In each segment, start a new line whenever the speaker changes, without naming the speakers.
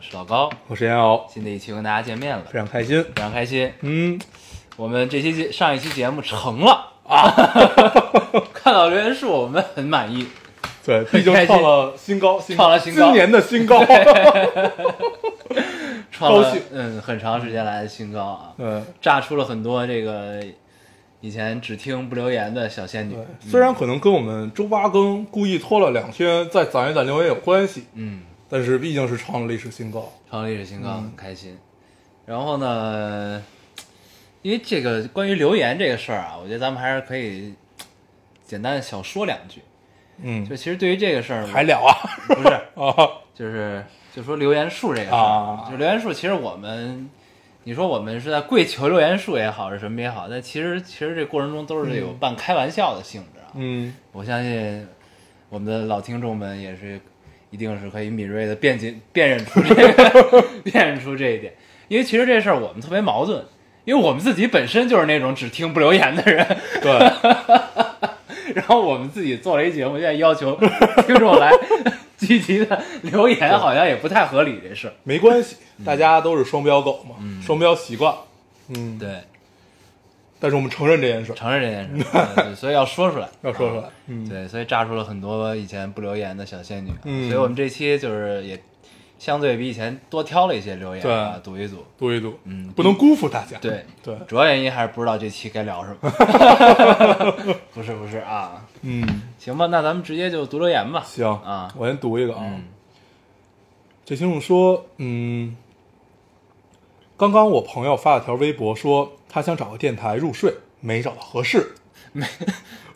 是老高。
我是烟偶，
新的一期跟大家见面了，
非常开心。
非常开心。
嗯，
我们这期节上一期节目成了 啊，看到留言数我们很满意，
对，
开
毕竟
心
创了新高，新
创了新高
今年的 新高。
创了
高兴
嗯很长时间来的新高啊，
嗯，
炸出了很多这个以前只听不留言的小仙女嗯
对。，虽然可能跟我们周八更故意拖了两天再攒一攒留言有关系，
嗯，
但是毕竟是创了历史新高。
创了历史新高，
嗯
很开心。然后呢，因为这个关于留言这个事儿啊，我觉得咱们还是可以简单的小说两句。
嗯
就，其实对于这个事儿，
还了啊
不是，
啊，
就是就说留言数这个事儿，
啊
就留言数，其实我们，你说我们是在跪求留言数也好，是什么也好，但其实其实这过程中都是有半开玩笑的性质啊。
嗯，
我相信我们的老听众们也是，一定是可以敏锐的辨解辨认出这个 辨认出这一点，因为其实这事儿我们特别矛盾，因为我们自己本身就是那种只听不留言的人，
对，
然后我们自己做了一节目，现在要求听众来积极的留言，好像也不太合理这事儿。
没关系，
嗯
大家都是双标狗嘛，双标习惯。嗯，
对，
但是我们承认这件事儿，
承认这件事儿，对对所以要说出来，
要说出来
啊。
嗯，
对，所以炸出了很多以前不留言的小仙女，啊
嗯
所以我们这期就是也相对比以前多挑了一些留言啊，读一读。
读一读，
嗯
不能辜负大家。
对
对，
主要原因还是不知道这期该聊什 么，不是不是啊，
嗯，
行吧，那咱们直接就读留言吧。
行
啊
我先读一个啊。
嗯
这听众说，嗯，刚刚我朋友发了条微博说他想找个电台入睡，没找到合适，没，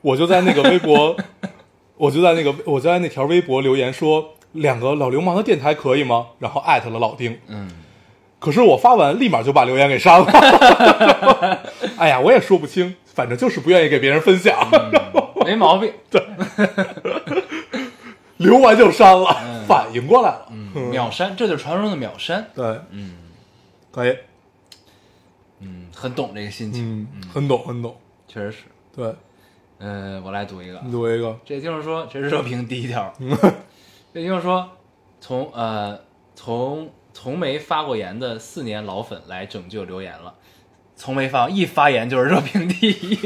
我就在那个微博， 我就在那个我就在那条微博留言说两个老流氓的电台可以吗？然后艾特了老丁，
嗯，
可是我发完立马就把留言给删了， 哎呀，我也说不清，反正就是不愿意给别人分享，
没毛 病，
留完就删了，反应过来了，嗯
秒删，这就是传说中的秒删，
对，嗯，可以，
嗯，很懂这个心情，
嗯，很懂，很懂，
确实是。
对。
嗯，我来读一个啊，
你读一个，
这听众说，这是热评第一条。这听众说，从呃从从没发过言的四年老粉来拯救留言了，从没发一发言就是热评第一，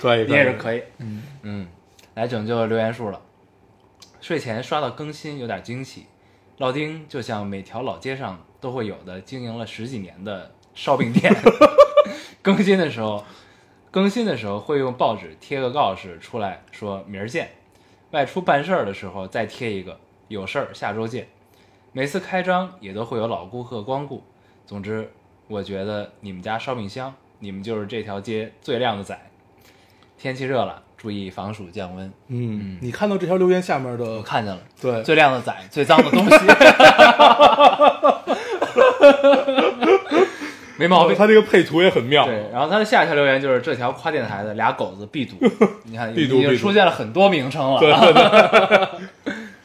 可以，
你也是可
以，
以，嗯来拯救留言数了。睡前刷到更新有点惊喜，老丁就像每条老街上都会有的经营了十几年的烧饼店， 更新的时候，更新的时候会用报纸贴个告示出来说明儿见，外出办事儿的时候再贴一个有事儿下周见，每次开张也都会有老顾客光顾。总之，我觉得你们家烧饼香，你们就是这条街最靓的仔。天气热了，注意防暑降温。
嗯，你看到这条留言下面
我
的，
看见了，
对，
最靓的仔，最脏的东西，没毛病。
哦他这个配图也很妙，
对，然后他的下一条留言就是这条夸电台的俩狗子必 读，你看
必读
已经
必读
出现了很多名称了，啊
对对对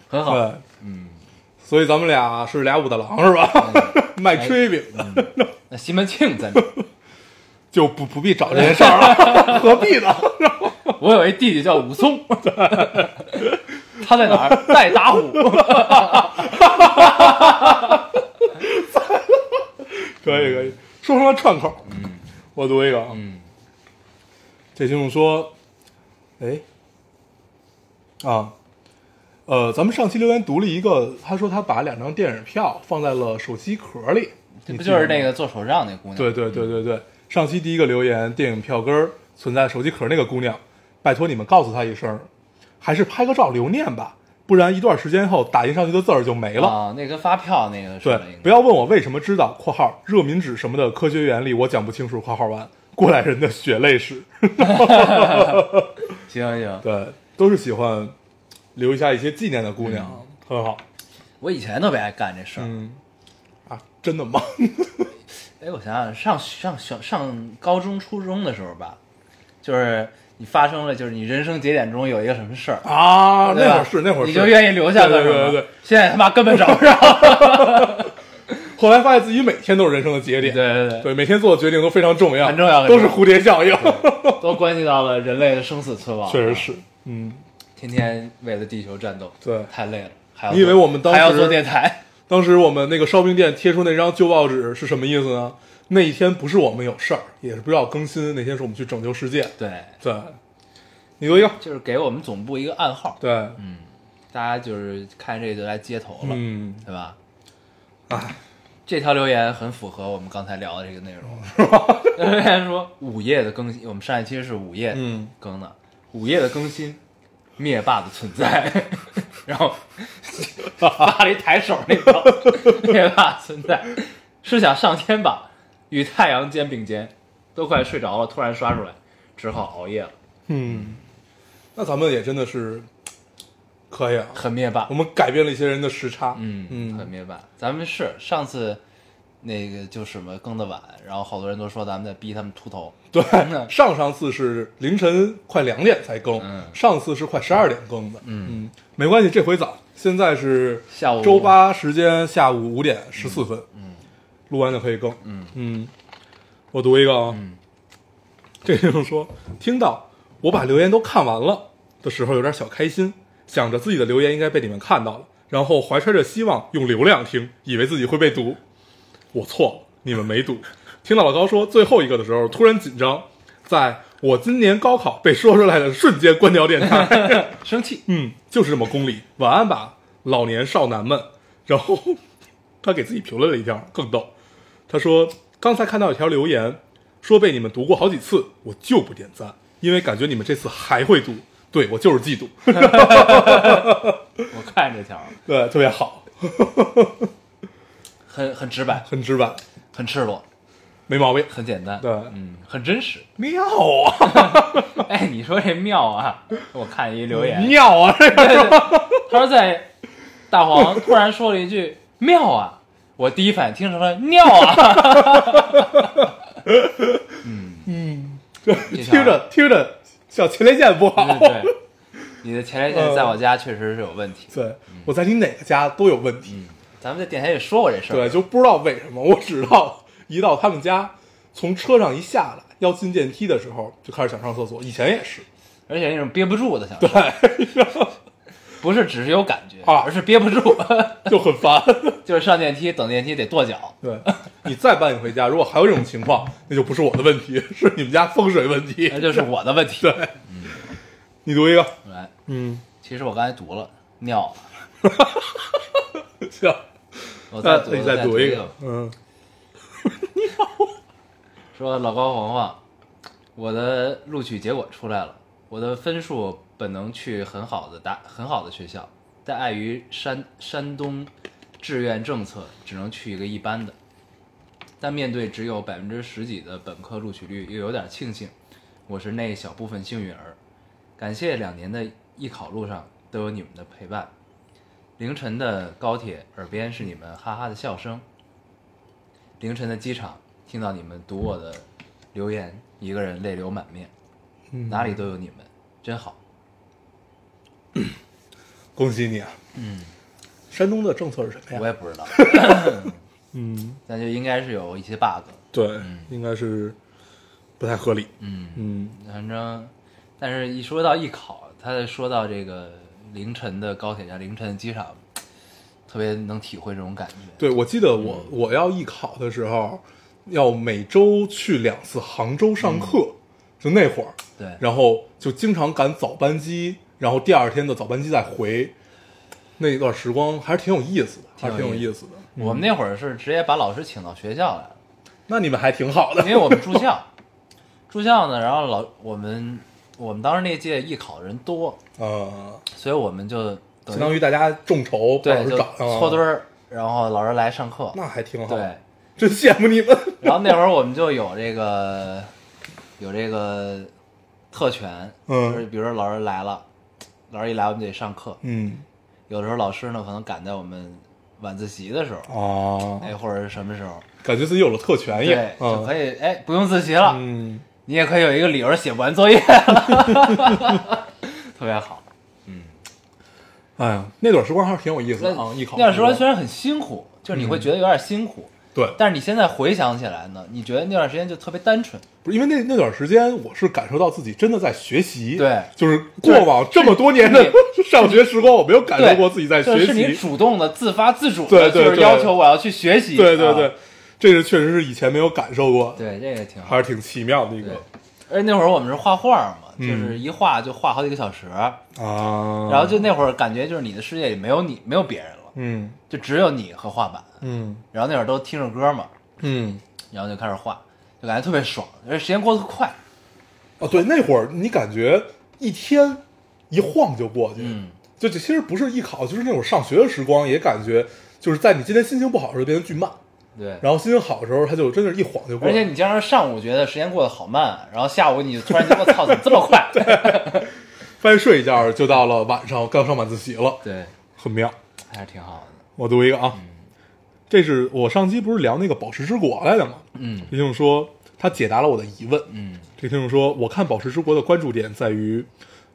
很好。
对，嗯，所以咱们俩是俩武大郎是吧？ 卖炊饼的
嗯 那西门庆在哪儿？
就不不必找这件事 儿了，何必呢？
我有一弟弟叫武松，他在哪 儿？在打虎。
可以可以，说成了串口。嗯，我读一个啊。
嗯，
这听众说，哎，啊，呃，咱们上期留言读了一个，他说他把两张电影票放在了手机壳里，
这
你
不
记
就是
得吗
那个做手账那姑娘？
对对对对对，上期第一个留言，电影票根儿存在手机壳那个姑娘，拜托你们告诉她一声，还是拍个照留念吧，不然一段时间后打印上去的字儿就没了。
啊，那跟发票那个是吧
对，不要问我为什么知道（括号热敏纸什么的科学原理我讲不清楚）（括号完）过来人的血泪史，
行行，
对，都是喜欢留下一些纪念的姑娘，很好。嗯
我以前特别爱干这事儿，
嗯，啊，真的吗？
哎，我想想，上上上上高中、初中的时候吧，就是你发生了，就是你人生节点中有一个什么事儿，
啊，
对
那
吧
会儿是那会儿是，
你就愿意留下
对
干
对
什么？
对对对
现在他妈根本找不着。
后来发现自己每天都是人生的节
对
点，
对对，
对，每天做的决定都非常重要，
很重要很啊
都是
重要
蝴蝶效应，
都关系到了人类的生死存亡。啊
确实是，嗯，
天天为了地球战斗，
对
太累了。还要
你以为
做
我们当
还要
时
做电台？
当时我们那个烧饼店贴出那张旧报纸是什么意思呢？那一天不是我们有事儿，也是不要更新，那天是我们去拯救世界。
对，
对，你读一个，
就是给我们总部一个暗号，
对，
大家就是看这个就来接头了，
嗯，
对吧？这条留言很符合我们刚才聊的这个内容，留言说午夜的更新，我们上一期是午夜
嗯
更的，午夜的更新，灭霸的存在， 然后发了一抬手那条，灭霸的存在，是想上天吧，与太阳肩并肩，都快睡着了，突然刷出来，只好熬夜了，
嗯，那咱们也真的是可以啊，
很灭霸
我，们改变了一些人的时差，
嗯很
嗯，
灭霸。咱们是上次那个就什么更的晚，然后好多人都说咱们在逼他们秃头，
对
嗯，
上上次是凌晨快两点才更，
嗯
上次是快十二点更的，嗯，没关系，这回早，现在是
下午
周八时间下午五点十四分，嗯，录完就可以更，嗯我读一个啊，这个听众说，听到我把留言都看完了的时候，有点小开心，想着自己的留言应该被你们看到了，然后怀揣着希望用流量听，以为自己会被读，我错了，你们没读。听到老高说最后一个的时候，突然紧张，在我今年高考被说出来的瞬间关掉电台。
生气。
嗯，就是这么功利。晚安吧，老年少男们。然后 他给自己评论了一条，更逗。他说刚才看到一条留言，说被你们读过好几次，我就不点赞，因为感觉你们这次还会读。对我就是嫉妒，
我看这 条
对，特别好，
很很直白，
很直白，
很赤裸，
没毛病。
很简单，
对
嗯，很真实。
妙啊，
哎，你说这妙啊！我看一留言，
妙啊，这个
他说在大黄突然说了一句“妙啊”，我第一反应听成了“尿啊 嗯这条
嗯听着听着，小前列腺不”，好。
对对对，你的前列腺在我家确实是有问题。
对，我在你哪个家都有问
嗯
题，
咱们在电台里说过这事儿，
对，就不知道为什么，我只到一到他们家，从车上一下来，要进电梯的时候就开始想上厕所，以前 也是，
而且那种憋不住的想说，不是只是有感觉，
啊
而是憋不住，
就很 烦。
就是上电梯等电梯得跺脚，
对你再搬你回家，如果还有这种情况，那就不是我的问题， 是你们家风水问题
那。就是我的问题。
对，你读一个，
来，
嗯，
其实我刚才读了尿，
行，
我再
那
读，
你
再
读
一
个，嗯，
说老高黄黄，我的录取结果出来了，我的分数本能去很好的大很好的学校，但碍于山山东志愿政策，只能去一个一般的。但面对只有百分之十几的本科录取率，又有点庆幸，我是那一小部分幸运儿。感谢两年的艺考路上都有你们的陪伴，凌晨的高铁耳边是你们哈哈的笑声，凌晨的机场，听到你们读我的留言，一个人泪流满面。哪里都有你们，真好。
恭喜你啊，嗯，山东的政策是什么
我
哎呀？
也不知道，
嗯，
那就应该是有一些 bug。
对，应该是不太合理，
嗯，
嗯，
反正，但是一说到艺考，他说到这个凌晨的高铁站、凌晨的机场，特别能体会这种感觉。
对，我记得我、
嗯
我要艺考的时候，要每周去两次杭州
嗯
上课，就那会儿，
对，
然后就经常赶早班机，然后第二天的早班机再回，那一段时光还是挺有意思的，还是挺有意思的。
我们那会儿是直接把老师请到学校来了，
那你们还挺好的
因，为我们住校，住校呢，然后老我们我们当时那届艺考的人多，
呃，
所以我们就等
相当
于
于大家众筹把
对
老师
就
找上了，
搓堆儿，然后老师来上课。
那还挺好，
对，
真羡慕你 们。
然后那会儿我们就有这个有这个特权，
嗯
就是比如说老师来了，老师一来我们就得上课，
嗯
有的时候老师呢可能赶在我们晚自习的时候，
啊，
哎，或者是什么时候，
感觉自己有了特权一样
对，，就
嗯
可以哎，不用自习了，
嗯，
你也可以有一个理由写不完作业， 特别 好。
哎呀，那段时光还是挺有意思的啊，艺考
那时候虽
然
然很辛苦，就是
嗯
你会觉得有点辛苦，
对，
但是你现在回想起来呢，你觉得那段时间就特别单纯，
不是因为那那段时间，我是感受到自己真的在学习，
对
就是过往这么多年的 上学时光，我没有感受
对，
过自己在
就是
学
是你
习，
主动的、自发自主的，
对对
就是
对
要求我要去学习，
对对对
啊，
这是确实是以前没有感受过，的，
对，这个挺好。
还是挺奇妙的一
对
个，
而且那会儿我们是画画嘛，就
嗯
是一画就画好几个小时，
啊，
然后就那会儿感觉就是你的世界里没有你，没有别人了，
嗯
就只有你和画板。
嗯
然后那会儿都听着歌嘛，
嗯，
然后就开始画，就感觉特别爽，而且时间过得快。
哦对，那会儿你感觉一天一晃就过去，
嗯，
就这其实不是艺考，就是那种上学的时光，也感觉就是在你今天心情不好的时候变得巨慢，
对。
然后心情好的时候，它就真的是一晃就过
而
去
且。你经常上午觉得时间过得好慢，啊然后下午你就突然间我操，怎么这么 快？
翻睡一觉就到了晚上，刚上晚自习了，
对，
很妙。
还是挺好的。
我读一个啊，这是我上期不是聊那个宝石之国来的吗？
嗯
这听众说他解答了我的疑问。
嗯，
这听众说，我看宝石之国的关注点在于，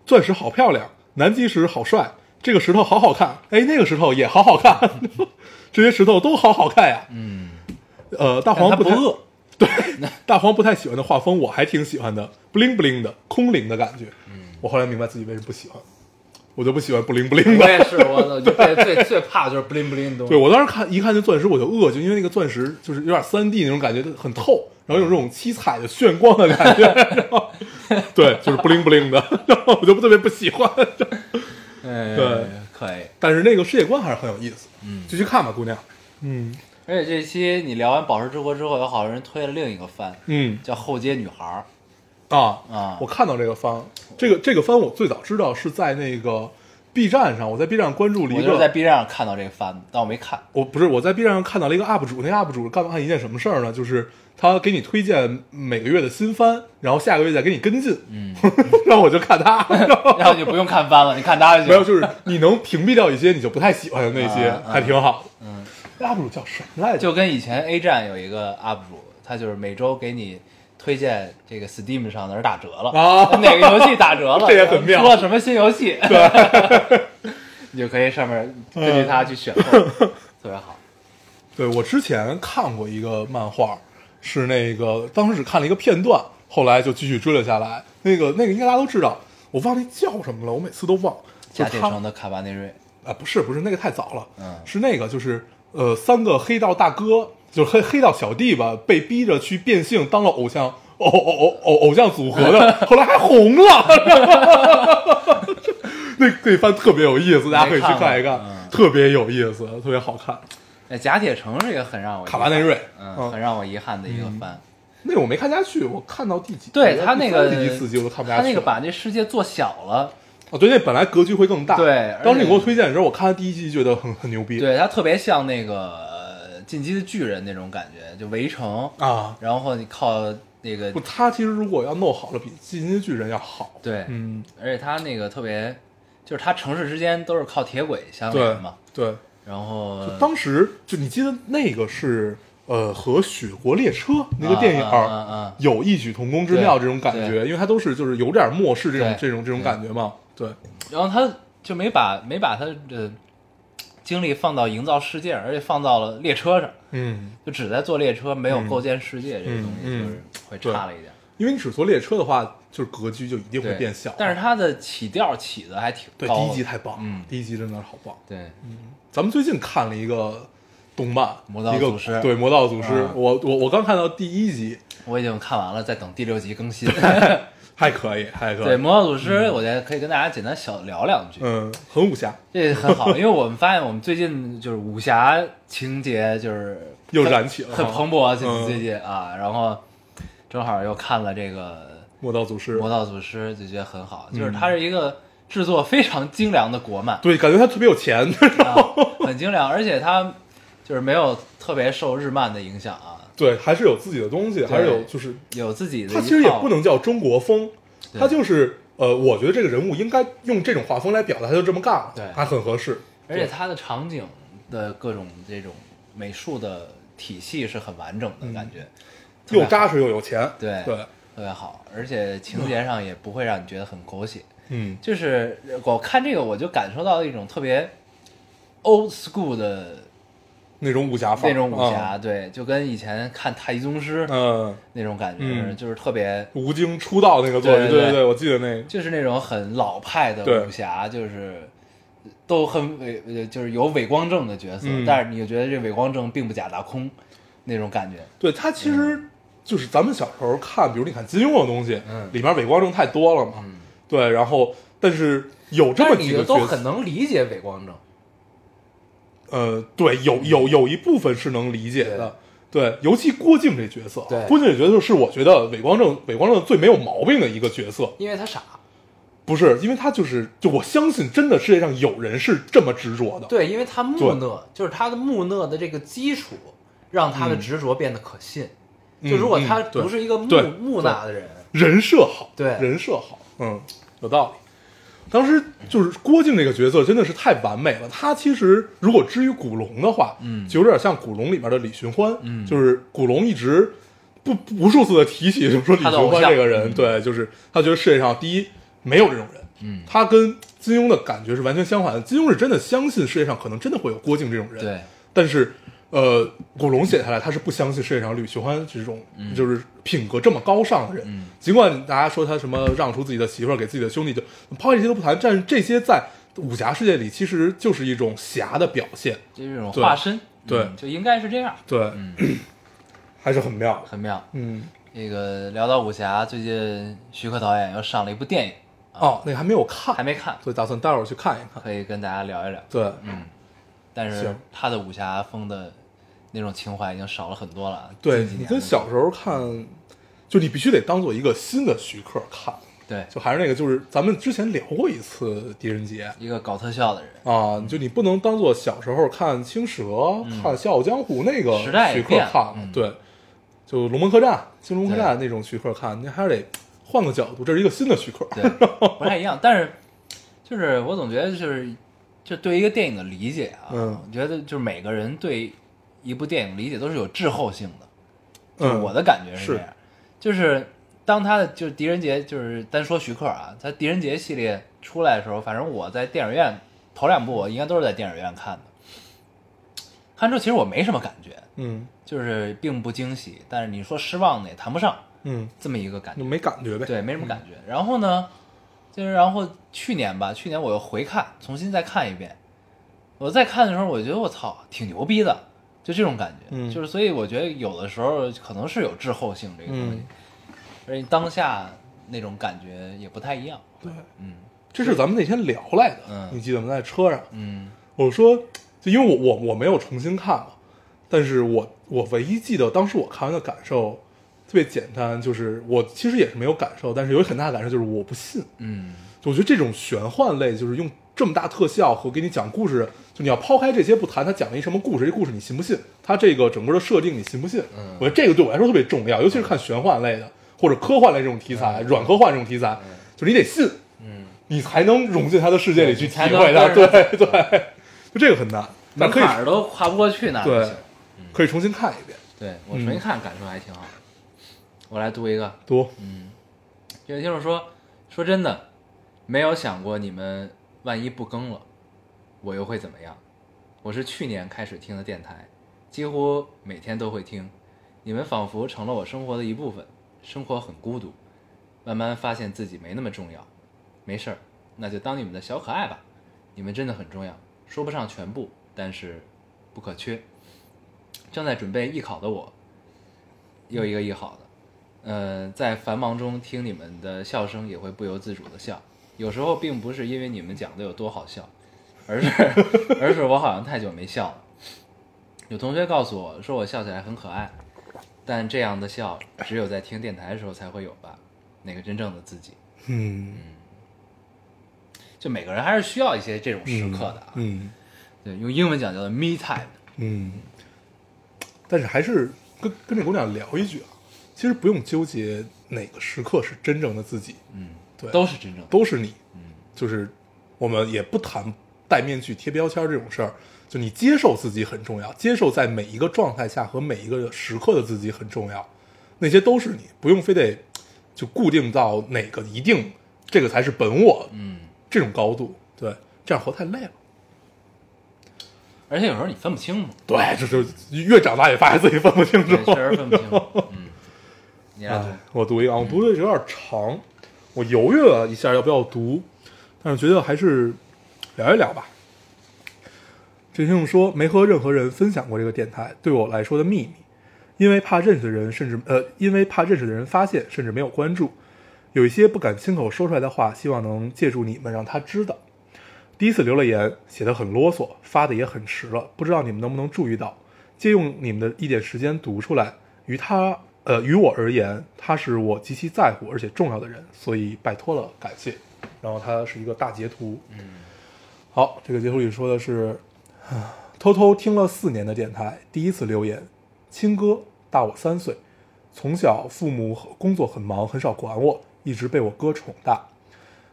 钻石好漂亮，南极石好帅，这个石头好好看，哎，那个石头也好好看， 这些石头都好好看呀。嗯，呃，大黄
但他
太
不饿，
对，大黄不太喜欢的画风，我还挺喜欢的不灵不灵的，空灵的感觉。嗯，我后来明白自己为什么不喜欢，我就不喜欢不灵不灵
我
的。
也是，我最最最怕就是不灵不灵的东
对
西。
我当时看一看这钻石我就饿，就因为那个钻石就是有点三 D 那种感觉，很透，然后有这种七彩的炫光的感觉，然 后对，就是不灵不灵的，然后我就特别不喜欢。
哎
对，
可以。
但是那个世界观还是很有意思，嗯，就去看吧，姑娘。嗯
而且这期你聊完《宝石之国》之后，有好多人推了另一个番，
嗯
叫《后街女孩》儿
啊
啊
我看到这个番，这个这个番我最早知道是在那个 B 站上，我在 B 站关注了
我
一
就是在
个，
B 站上看到这个番的，但我没看。
我不是我在 B 站上看到了一个 UP 主，那个 UP 主干了一件什么事儿呢？就是他给你推荐每个月的新番，然后下个月再给你跟进，嗯， 然后我就看他，
然后你就不用看番 了，你看它就
没有，
行。
就是你能屏蔽掉一些你就不太喜欢的那些，
啊啊
还挺好的。嗯，UP 主叫什么来着？
就跟以前 A 站有一个 UP 主，他就是每周给你推荐这个 Steam 上哪儿打折了，
啊
哪个游戏打折了，
这也很妙
出了什么新游 戏，对，你就可以上面根据它去选 购，特别好。
对我之前看过一个漫画，是那个当时只看了一个片段，后来就继续追了下来。那个那个应该大家都知道，我忘了叫什么了，我每次都忘。
甲
就是
铁
他
城的卡巴内瑞，
啊，不是不是，那个太早了，
嗯
是那个就是呃，三个黑道大哥，就是黑黑道小弟吧，被逼着去变性当了偶像偶偶偶偶偶像组合 的，后来还红了。 那那番特别有意思，大家可以去看一
没看
看，
过嗯
特别有意思，特别好看。
哎，甲铁城是一个很让我
卡巴内瑞，
嗯，很让我遗憾的一个番。
那我没看下去，我看到第几集？
对他那个
第三集第四集我都看不下
他
去了。
那个把那世界做小了，
哦，对，那本来格局会更大。
对而
当时
且
你给我推荐的时候，我看了第一集觉得很很牛逼。
对他特别像那个呃《进击的巨人》那种感觉，就围城，
啊，
然后你靠那个
不，他其实如果要弄好了，比《进击的巨人》要好。
对，
嗯，
而且他那个特别，就是他城市之间都是靠铁轨相
对
连嘛，
对。
然后
就嗯当时就你记得那个是呃和《雪国列车》那个电影
啊啊啊啊
儿
啊
有异曲同工之妙
对
这种感觉，
对
因为它都是就是有点末世这种
对
这种这种
对
感觉嘛。对，
然后他就没把没把他的精力放到营造世界，而且放到了列车上，
嗯，
就只在做列车，没有构建世界这个东西，
嗯嗯
就是会差了一点。
因为你只坐列车的话，就是格局就一定会
对，
变小。
但是他的起调起的还挺
对
高的
第一集太棒了，
嗯
第一集真的是好棒。
对，
咱们最近看了一个动漫，
魔道
一个
祖师
对《魔道祖师》
嗯
我我我刚看到第一集，
我已经看完了，在等第六集更 新。
还可以，还可
对《
以，
魔道祖师》，我觉得可以跟大家简单小聊两句，
嗯，很武侠，
这很好，因为我们发现我们最近就是武侠情节就是
又燃起了
很
哈
蓬勃，最
嗯
最近啊，然后正好又看了这个
《魔道祖
《
师
魔》道祖师》，就觉得很好，
嗯
就是它是一个制作非常精良的国漫，
对，感觉他特别有钱，
啊，很精良，而且它就是没有特别受日漫的影响啊，
对，还是有自己的东西，还是有就是
有自己的一套。
他其实也不能叫中国风，
对
他就是呃，我觉得这个人物应该用这种画风来表达，他就这么干了，
对
还很合适。
而且
对
它的场景的各种这种美术的体系是很完整的感觉，
嗯
特别
又
好
扎实又有钱，
对
对，
特别好，而且情节上也不会让你觉得很狗血。
嗯，
就是呃我看这个，我就感受到一种特别 old school 的
那种武侠范
那
儿，啊
种武侠，对，就跟以前看《太极宗师》
嗯嗯，嗯，
那种感觉，
嗯
就是特别，
吴京出道那个作
对
品，对
对
对
对
我记得那个，
就是那种很老派
对
的武侠，就是都很伪，呃就是有伪光正的角色，
嗯
但是你就觉得这伪光正并不假大空那种感觉，
对他其实就是咱们小时候看，比如你看金庸的东西，
嗯
里面伪光正太多了嘛，对，然后但是有这
但
么
是
几
你
个
都
角色
很能理解伪光正，
呃，对，有有有一部分是能理解的，对，尤其郭靖这角色，啊
对
郭靖这角色是我觉得伪光正伪光正最没有毛病的一个角色，
因为他傻，
哦不是因为他就是就我相信真的世界上有人是这么执着的，
对，因为他木
对
讷，就是他的木讷的这个基础，让他的执着变得可信。
嗯
就如果
嗯
他
对
不是一个木、
对
木讷的人，
人设好，
对
人设好，嗯，有道理。当时就是郭靖这个角色真的是太完美了，他其实如果至于古龙的话，
嗯
就有点像古龙里面的李寻欢，
嗯
就是古龙一直不不无数次的提起，就是说李
嗯他的
寻
偶
欢
像
这个人，对，就是他觉得世界上第一没有这种人，
嗯
他跟金庸的感觉是完全相反的，金庸是真的相信世界上可能真的会有郭靖这种人，
对，
但是，呃，古龙写下来，他是不相信世界上吕寻欢这种、就是品格这么高尚的人。
嗯
尽管大家说他什么让出自己的媳妇儿给自己的兄弟，就嗯抛弃这些都不谈，但是这些在武侠世界里其实就是一种侠的表现。
就是这种
对
化身，
对
嗯就应该是这样，
对，
嗯
还是很妙的。
很妙。
嗯，
这个聊到武侠，最近徐克导演又上了一部电影，
哦，那个还没有看，
还没看，
所以打算待会儿去看一看。
可以跟大家聊一聊。
对，
但是
行
他的武侠风的那种情怀已经少了很多了。
对
近几
你
年
跟
的
小时候看，就你必须得当做一个新的徐克看。
对
就还是那个，就是咱们之前聊过一次狄仁杰，
一个搞特效的人，
啊，就你不能当做小时候看《青蛇》、看《笑傲江湖》那个
嗯时代也
徐克
变
看了，
嗯
对，就《龙门客栈》《新龙门客栈》那种徐克看，你还是得换个角度，这是一个新的徐克。
对，不太一样。但是，就是我总觉得就是，就对一个电影的理解啊，
嗯
我觉得就是每个人对一部电影理解都是有滞后性的。就是
嗯，
我的感觉
是
这样，就是当他的就是狄仁杰，就是单说徐克啊，他狄仁杰系列出来的时候，反正我在电影院头两部我应该都是在电影院看的，看之后其实我没什么感觉，
嗯
就是并不惊喜，但是你说失望呢也谈不上，
嗯，
这么一个感觉
就。没感觉呗。
对，没什么感觉。然后呢，就是然后去年吧，去年我又回看，重新再看一遍。我再看的时候，我觉得我操，挺牛逼的，就这种感觉。
嗯
就是所以我觉得有的时候可能是有滞后性这个东西，
嗯
而且当下那种感觉也不太一样。
对，
嗯
这是咱们那天聊来的，
嗯
你记得吗？在车上，
嗯
我说，就因为我我我没有重新看嘛，但是我我唯一记得当时我看完的感受特别简单，就是我其实也是没有感受，但是有一个很大的感受就是我不信。
嗯，
我觉得这种玄幻类，就是用这么大特效和给你讲故事，就你要抛开这些不谈，他讲了一什么故事，这故事你信不信？他这个整个的设定你信不信？
嗯
我觉得这个对我来说特别重要，尤其是看玄幻类的或者科幻类这种题材，软科幻这种题材，就是你得信，
嗯，
你才能融进他的世界里去
对
体
才能
会它。
跟
对
上
对，就这个很难，但
门
可以
槛儿都跨不过去那不
对
行。，
可以重新看一遍。
对我重新看，感受还挺好的。我来读一个，
读，
有听众说，说真的，没有想过你们万一不更了，我又会怎么样？我是去年开始听的电台，几乎每天都会听，你们仿佛成了我生活的一部分。生活很孤独，慢慢发现自己没那么重要。没事儿，那就当你们的小可爱吧。你们真的很重要，说不上全部，但是不可缺。正在准备艺考的我，又一个艺考的，呃，在繁忙中听你们的笑声，也会不由自主的笑。有时候并不是因为你们讲的有多好笑，而是 而是我好像太久没笑了。有同学告诉我说我笑起来很可爱，但这样的笑只有在听电台的时候才会有吧？那个真正的自己，
嗯，
就每个人还是需要一些这种时刻的啊。
嗯
对，用英文讲叫做 me time。
嗯，但是还是跟跟这姑娘聊一句啊，其实不用纠结哪个时刻是真正的自己，
嗯，
对
都是真正的。
都是你，嗯，就是我们也不谈戴面具、贴标签这种事儿，就你接受自己很重要，接受在每一个状态下和每一个时刻的自己很重要，那些都是你，不用非得就固定到哪个一定这个才是本我，
嗯，
这种高度，对，这样活太累了。
而且有时候你分不清 楚，
对，就是越长大越发现自己分不清楚
对，，确实分 不清楚。嗯，你来读
哎，我读一个啊，我读的有点长，我犹豫了一下要不要读，但是觉得还是聊一聊吧。这听众说没和任何人分享过这个电台对我来说的秘密，因为怕认识的人甚至呃，因为怕认识的人发现，甚至没有关注。有一些不敢亲口说出来的话，希望能借助你们让他知道。第一次留了言，写的很啰嗦，发的也很迟了，不知道你们能不能注意到。借用你们的一点时间读出来，于他呃于我而言，他是我极其在乎而且重要的人，所以拜托了，感谢。然后它是一个大截图，嗯，好，这个截图里说的是，唉偷偷听了四年的电台，第一次留言，亲哥大我三岁，从小父母和工作很忙，很少管我，一直被我哥宠大。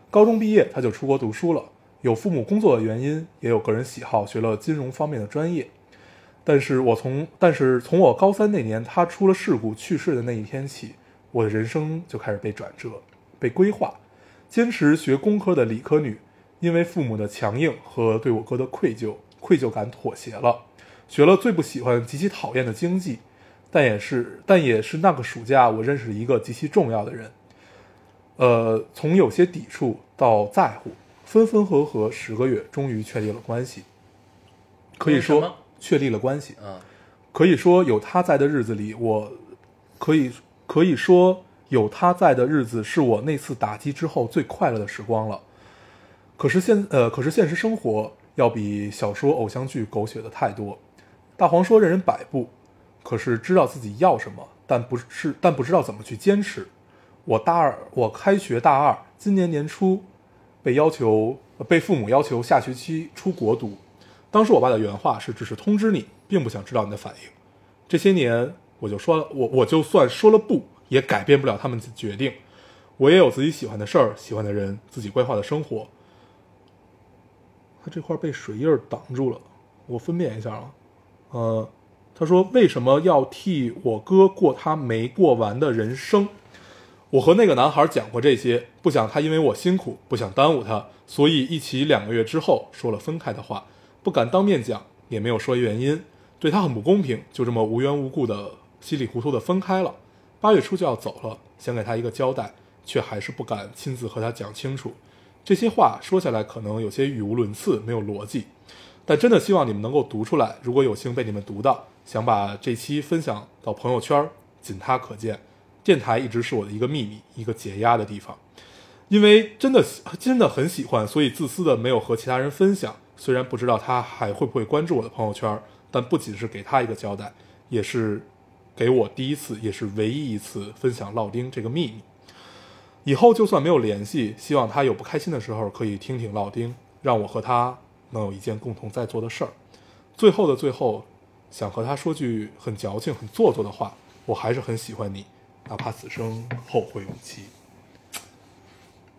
高中毕业他就出国读书了，有父母工作的原因，也有个人喜好，学了金融方面的专业。但是我从但是从我高三那年他出了事故去世的那一天起，我的人生就开始被转折、被规划。坚持学工科的理科女，因为父母的强硬和对我哥的愧疚、愧疚感妥协了，学了最不喜欢、极其讨厌的经济。但也是但也是那个暑假，我认识了一个极其重要的人。呃，从有些抵触到在乎，分分合合十个月，终于确立了关系。可以
什么
说确立了关系。
嗯
可以说有他在的日子里，我可以可以说有他在的日子是我那次打击之后最快乐的时光了。可是现呃，可是现实生活要比小说、偶像剧狗血的太多。大黄说任人摆布，可是知道自己要什么，但不是但不知道怎么去坚持。我大二，我开学大二，今年年初被要求、呃被父母要求下学期出国读。当时我爸的原话是：“只是通知你，并不想知道你的反应。”这些年，我就说了，我我就算说了不，也改变不了他们的决定。我也有自己喜欢的事儿、喜欢的人、自己规划的生活。他这块被水印儿挡住了，我分辨一下啊。呃，他说为什么要替我哥过他没过完的人生？我和那个男孩讲过这些，不想他因为我辛苦，不想耽误他，所以一起两个月之后说了分开的话，不敢当面讲，也没有说原因，对他很不公平，就这么无缘无故的稀里糊涂的分开了。八月初就要走了，想给他一个交代，却还是不敢亲自和他讲清楚。这些话说下来可能有些语无伦次，没有逻辑，但真的希望你们能够读出来。如果有幸被你们读到，想把这期分享到朋友圈，仅他可见。电台一直是我的一个秘密，一个解压的地方。因为真的喜真的很喜欢，所以自私的没有和其他人分享。虽然不知道他还会不会关注我的朋友圈，但不仅是给他一个交代，也是给我第一次，也是唯一一次分享烙丁这个秘密。以后就算没有联系，希望他有不开心的时候可以听听烙丁，让我和他能有一件共同在做的事儿。最后的最后，想和他说句很矫情、很做作的话，我还是很喜欢你，哪怕此生后会无期。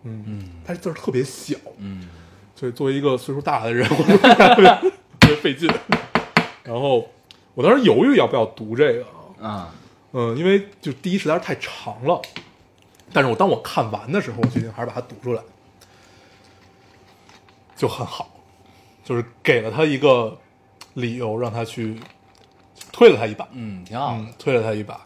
嗯嗯，但是字儿特别小，
嗯，
所以作为一个岁数大的人，我 就感觉特别费劲。然后我当时犹豫要不要读这个，
啊，
嗯，因为就第一实在是太长了，但是我当我看完的时候，我决定还是把它读出来，就很好，就是给了他一个理由，让他去推了他一把，
嗯，挺好的。
嗯，推了他一把，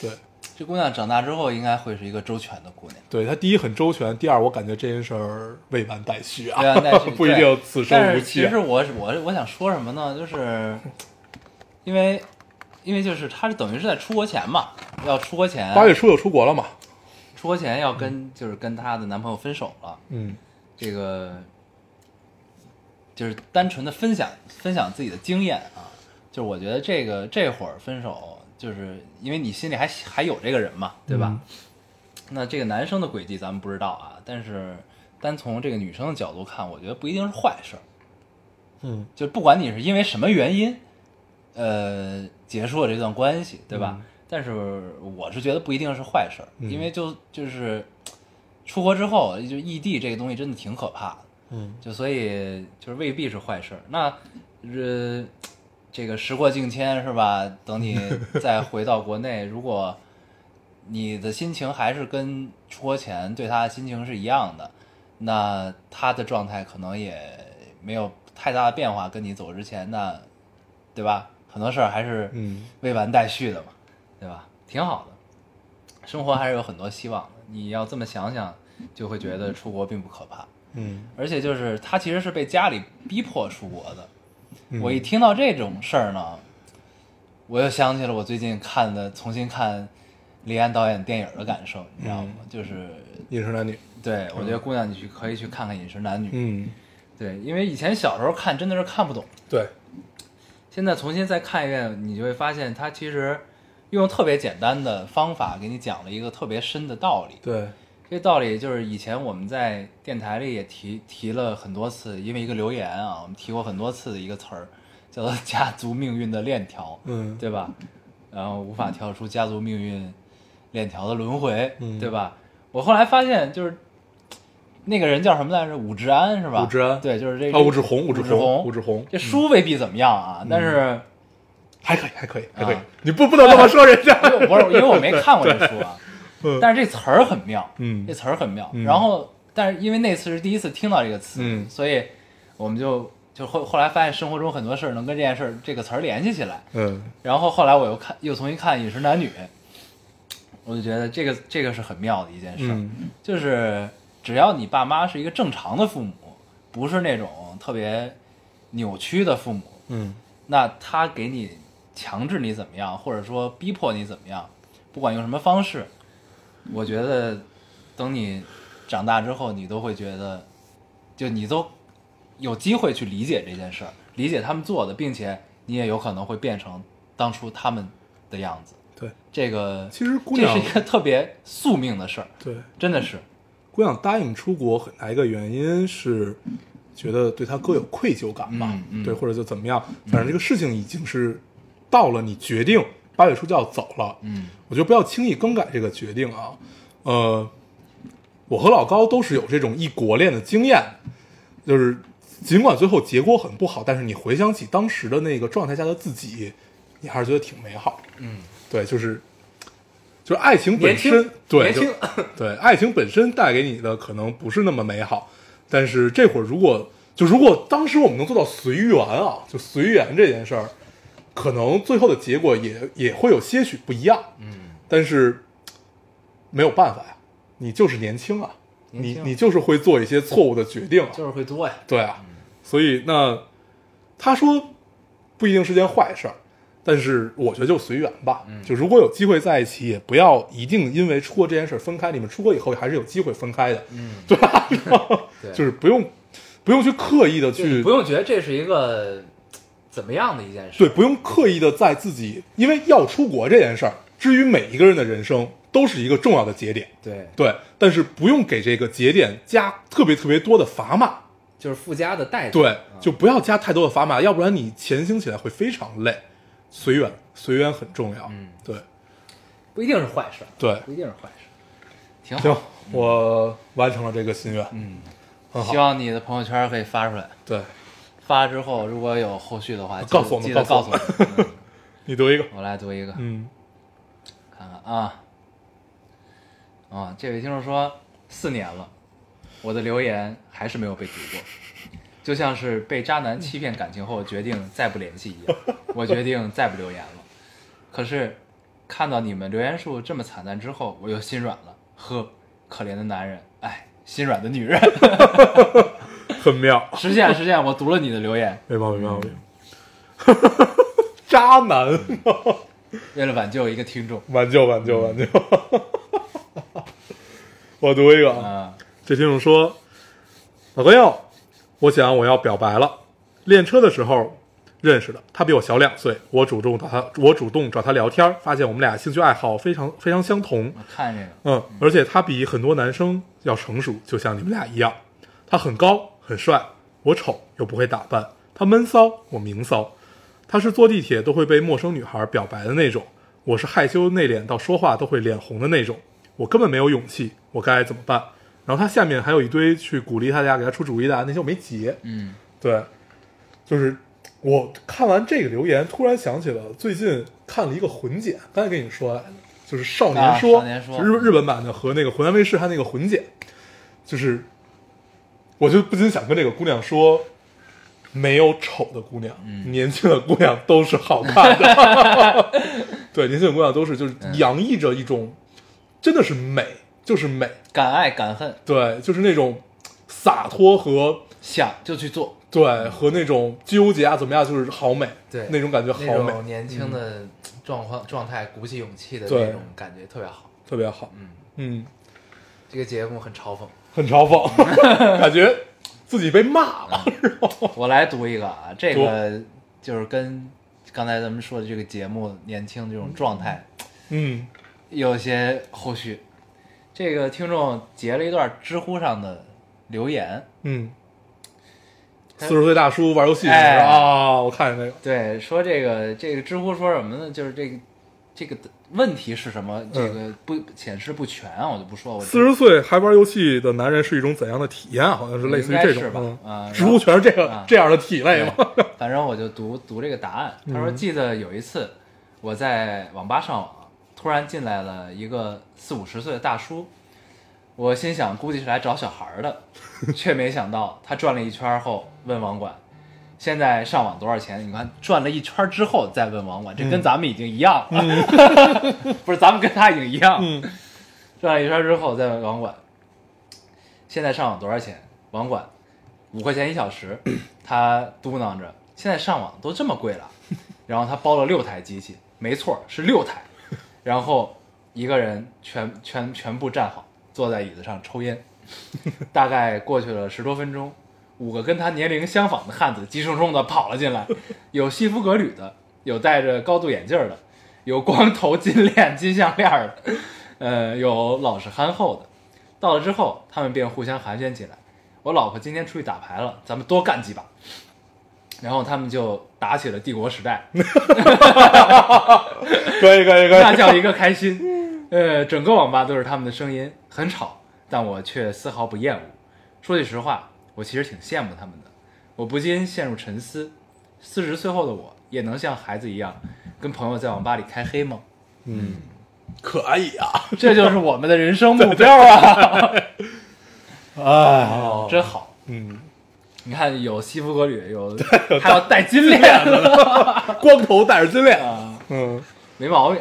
对，
这姑娘长大之后应该会是一个周全的姑 娘。
对他第一很周全，第二我感觉这件事儿未完待续啊，
对啊，但是
不一定此生
但
无
是
期
其
啊、
实我我我想说什么呢？ 就是因为因为就是他是等于是在出国前嘛，要出国前，
八月初就出国了嘛，
出国前要跟、就是跟她的男朋友分手了。
嗯
这个就是单纯的分享分享自己的经验啊，就是我觉得这个这会儿分手，就是因为你心里还还有这个人嘛，对吧？那这个男生的轨迹咱们不知道啊，但是单从这个女生的角度看，我觉得不一定是坏事儿。
嗯，
就不管你是因为什么原因，呃，结束了这段关系，对吧？但是我是觉得不一定是坏事儿，因为就就是出国之后，就异地这个东西真的挺可怕的，
嗯
就所以就是未必是坏事儿。那呃，这个时过境迁是吧？等你再回到国内，如果你的心情还是跟出国前对他的心情是一样的，那他的状态可能也没有太大的变化，跟你走之前那，对吧？很多事儿还是
嗯
未完待续的嘛，对吧？挺好的，生活还是有很多希望的。你要这么想想，就会觉得出国并不可怕。
嗯，
而且就是他其实是被家里逼迫出国的。我一听到这种事儿呢，我又想起了我最近看的重新看李安导演电影的感受，你知道吗？就是
饮食男女，
对我觉得姑娘你去可以去看看《饮食男女》
嗯，
对，因为以前小时候看真的是看不懂，
对，
现在重新再看一遍，你就会发现它其实用特别简单的方法给你讲了一个特别深的道理。
对，
这道理就是以前我们在电台里也提提了很多次，因为一个留言啊，我们提过很多次的一个词儿，叫做“家族命运的链条”，
嗯
对吧？然后无法跳出家族命运链条的轮回，
嗯
对吧？我后来发现，就是那个人叫什么来着？武志安是吧？
武志安
对，就是这个
啊，武志红，
武
武志
红，
红，武志红，嗯
这书未必怎么样啊，但是
还可以，还可以，还可以
啊，
你不不能这么说人家，
因为我不是因为我没看过这书 啊，但是这词儿很妙，
嗯
这词儿很妙。
嗯
然后，但是因为那次是第一次听到这个词，
嗯
所以我们就就后后来发现生活中很多事儿能跟这件事儿这个词儿联系起来。
嗯
然后后来我又看又重新看《饮食男女》，我就觉得这个这个是很妙的一件事儿，
嗯
就是只要你爸妈是一个正常的父母，不是那种特别扭曲的父母，
嗯
那他给你强制你怎么样，或者说逼迫你怎么样，不管用什么方式，我觉得等你长大之后，你都会觉得，就你都有机会去理解这件事儿，理解他们做的，并且你也有可能会变成当初他们的样子。
对，
这个
其实姑
这
娘
是一个特别宿命的事儿，
对，
真的是。
姑娘答应出国很大一个原因是觉得对他哥有愧疚感吧，
嗯嗯
对，或者就怎么样，反正这个事情已经是到了你决定八月初就要走了，
嗯
我觉得不要轻易更改这个决定啊。呃，我和老高都是有这种异国恋的经验，就是尽管最后结果很不好，但是你回想起当时的那个状态下的自己，你还是觉得挺美好。
嗯，
对，就是就是爱情本
年
身
轻，
对，
年轻
就 对，爱情本身带给你的可能不是那么美好，但是这会儿如果就如果当时我们能做到随缘啊，就随缘这件事儿，可能最后的结果也也会有些许不一样。
嗯，
但是没有办法呀，你就是年轻啊，
年轻
你你就是会做一些错误的决定啊，
就是会作呀。
对啊，所以那他说不一定是件坏事儿，但是我觉得就随缘吧，
嗯
就如果有机会在一起，也不要一定因为出国这件事儿分开，你们出国以后还是有机会分开的，
嗯，
对吧？
对
就是不用不用去刻意的去
不用觉得这是一个怎么样的一件事。
对，不用刻意的在自己，因为要出国这件事儿，至于每一个人的人生都是一个重要的节点。
对，
对，但是不用给这个节点加特别特别多的砝码，
就是附加的代价。
对，就
啊
不要加太多的砝码，要不然你前行起来会非常累。随缘，随缘很重要。
嗯，
对
不一定是坏事儿，
对，
不一定是坏事儿，挺
行
好。，
我完成了这个心愿，
嗯，
很好
希。望你的朋友圈可以发出来，
对
发之后如果有后续的话，记得
告诉我们
记得告
告
诉
诉
我
我
们。嗯
你读一个，
我来读一个，
嗯
看看啊。啊，这位听众说，四年了，我的留言还是没有被读过，就像是被渣男欺骗感情后决定再不联系一样，我决定再不留言了。可是看到你们留言数这么惨淡之后，我又心软了。呵，可怜的男人，哎，心软的女人。
很妙，
实现实现，我读了你的留言。
没毛病，没毛病。
嗯
渣男，
为了挽救一个听众，
挽救，挽救，挽救。 我读一个啊，
啊、
这听众说：“老朋友，我想我要表白了。练车的时候认识的，他比我小两岁。我主动找他，我主动找他聊天，发现我们俩兴趣爱好非常非常相同。
我看这个，
嗯，而且他比很多男生要成熟，就像你们俩一样。他很高很帅，我丑又不会打扮。他闷骚，我明骚。他是坐地铁都会被陌生女孩表白的那种，我是害羞内敛到说话都会脸红的那种。我根本没有勇气，我该怎么办？然后他下面还有一堆去鼓励他家给他出主意的啊那些我没截。
嗯
对，就是我看完这个留言，突然想起了最近看了一个混剪，刚才跟你说来的，就是《少
啊
年说》
少年说
就日日本版的和那个湖南卫视它那个混剪，就是我就不禁想跟这个姑娘说，没有丑的姑娘，
嗯
年轻的姑娘都是好看的。 对，年轻的姑娘都是就是
嗯
洋溢着一种，真的是美，就是美，
敢爱敢恨，
对，就是那种洒脱和
想就去做，
对和那种纠结啊怎么样，就是好美，
对
那种感觉好
那
美，
种年轻
嗯
的状况状态，鼓起勇气的
对
那种感觉特别好。
特别好，嗯
这个节目很嘲讽，
很嘲讽， 感觉自己被骂了，
嗯
我来读一个啊，这个就是跟刚才咱们说的这个节目年轻这种状态
嗯
有些后续。这个听众截了一段知乎上的留言，
嗯。四十岁大叔玩游戏
哎
啊，我看见那个，
对，说这个这个知乎说什么呢？就是这个这个问题是什么？这
嗯
个不显示不全啊，我就不说，我
四十岁还玩游戏的男人是一种怎样的体验啊？好像是类似于这种
应该是吧啊
嗯，知乎全是这
啊
个这样的体类嘛。
对反正我就读读这个答案。他说，记得有一次我在网吧上网，突然进来了一个四五十岁的大叔，我心想估计是来找小孩儿的，却没想到他转了一圈后问网管。现在上网多少钱？你看转了一圈之后再问网管，这跟咱们已经一样了， 不是咱们跟他已经一样了。
嗯
转了一圈之后再问网管，现在上网多少钱？网管五块钱一小时，他嘟囔着，现在上网都这么贵了。然后他包了六台机器，没错，是六台。然后一个人全全全部站好，坐在椅子上抽烟。大概过去了十多分钟，五个跟他年龄相仿的汉子急冲冲的跑了进来，有西服革履的，有戴着高度眼镜的，有光头金链金项链的，呃，有老实憨厚的。到了之后，他们便互相寒暄起来。我老婆今天出去打牌了，咱们多干几把。然后他们就打起了帝国时 代，
可以可以可
那
以，
叫一个开心。呃，整个网吧都是他们的声音，很吵，但我却丝毫不厌恶。说句实话，我其实挺羡慕他们的。我不禁陷入沉思：四十岁后的我，也能像孩子一样，跟朋友在网吧里开黑 吗？
可以啊，
这就是我们的人生目标 啊！
哎，
真好，
嗯，
你看有西服革履，有还有戴金链子，
光头戴着金链，
啊，
嗯，
没毛病。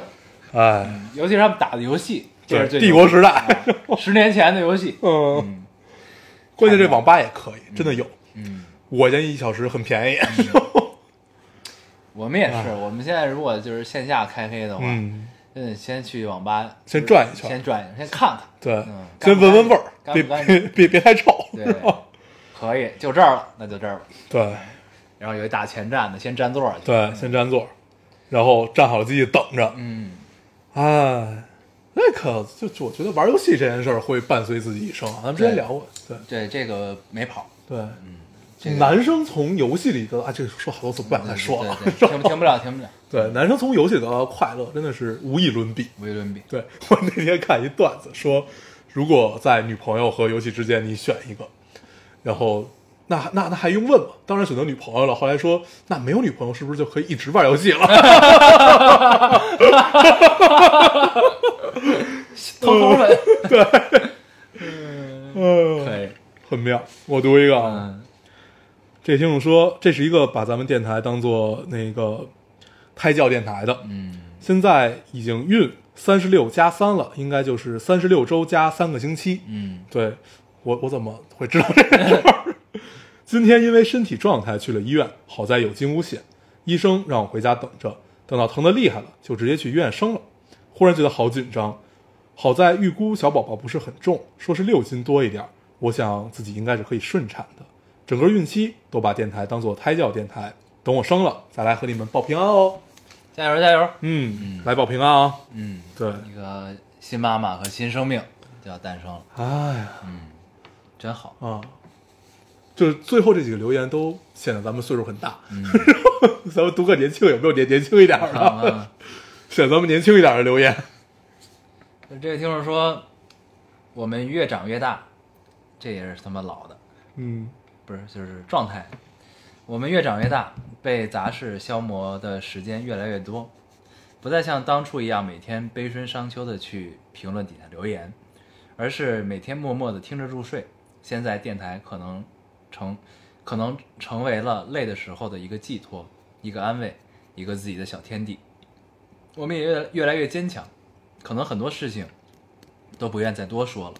哎，
尤其是他们打的游戏，这是最
对，帝国时代，
啊十年前的游戏，
嗯，关键这网吧也可以，真的有，嗯，我建议一小时很便宜，
嗯我们也是，我们现在如果就是线下开黑的话，
哎嗯，
嗯，先去网吧
先转一圈
先转一圈，先看看。
对
嗯，
先闻闻味儿，
干
别
不干净
别别别太臭，
对，可以，就这儿了，那就这儿吧。
对
然后有一打前站的，先占座儿去。
对，先占座，然后站好了机器等着，
嗯，
哎，那可就就我觉得玩游戏这件事儿会伴随自己一生啊，咱们之前
对嗯
聊过，对
对，这个没跑，
对，男生从游戏里得啊，这个说好多次不想再说了，
嗯对对对停停不了，停不了，
对，男生从游戏得到的快乐真的是无以伦比。
无与伦 比。
对我那天看一段子说，如果在女朋友和游戏之间你选一个，然后那那那还用问吗？当然选择女朋友了。后来说，那没有女朋友是不是就可以一直玩游戏了？
偷偷问，
嗯，
可以，
很妙。我读一个啊，
嗯，
这听众说，这是一个把咱们电台当做那个胎教电台的，嗯，现在已经孕三十六加三了，应该就是三十六周加三个星期，
嗯，
对我我怎么会知道这个事儿？ 今天因为身体状态去了医院，好在有惊无险，医生让我回家等着，等到疼的厉害了就直接去医院生了，忽然觉得好紧张，好在预估小宝宝不是很重，说是六斤多一点儿，我想自己应该是可以顺产的。整个孕期都把电台当做胎教电台，等我生了再来和你们报平安哦。
加油加油！
嗯，来报平安啊。
嗯，
对，
一个新妈妈和新生命就要诞生了，
哎呀
真好。
啊，就是最后这几个留言都显得咱们岁数很大， 咱们读个年轻有没有年年轻一点儿的？
嗯，
选咱们年轻一点儿的留言。
这位听众说，我们越长越大，这也是他妈老的。
嗯
不是，就是状态。我们越长越大，被杂事消磨的时间越来越多，不再像当初一样每天悲春伤秋的去评论底下留言，而是每天默默的听着入睡。现在电台可能成，可能成为了累的时候的一个寄托，一个安慰，一个自己的小天地。我们也越越来越坚强，可能很多事情都不愿再多说了。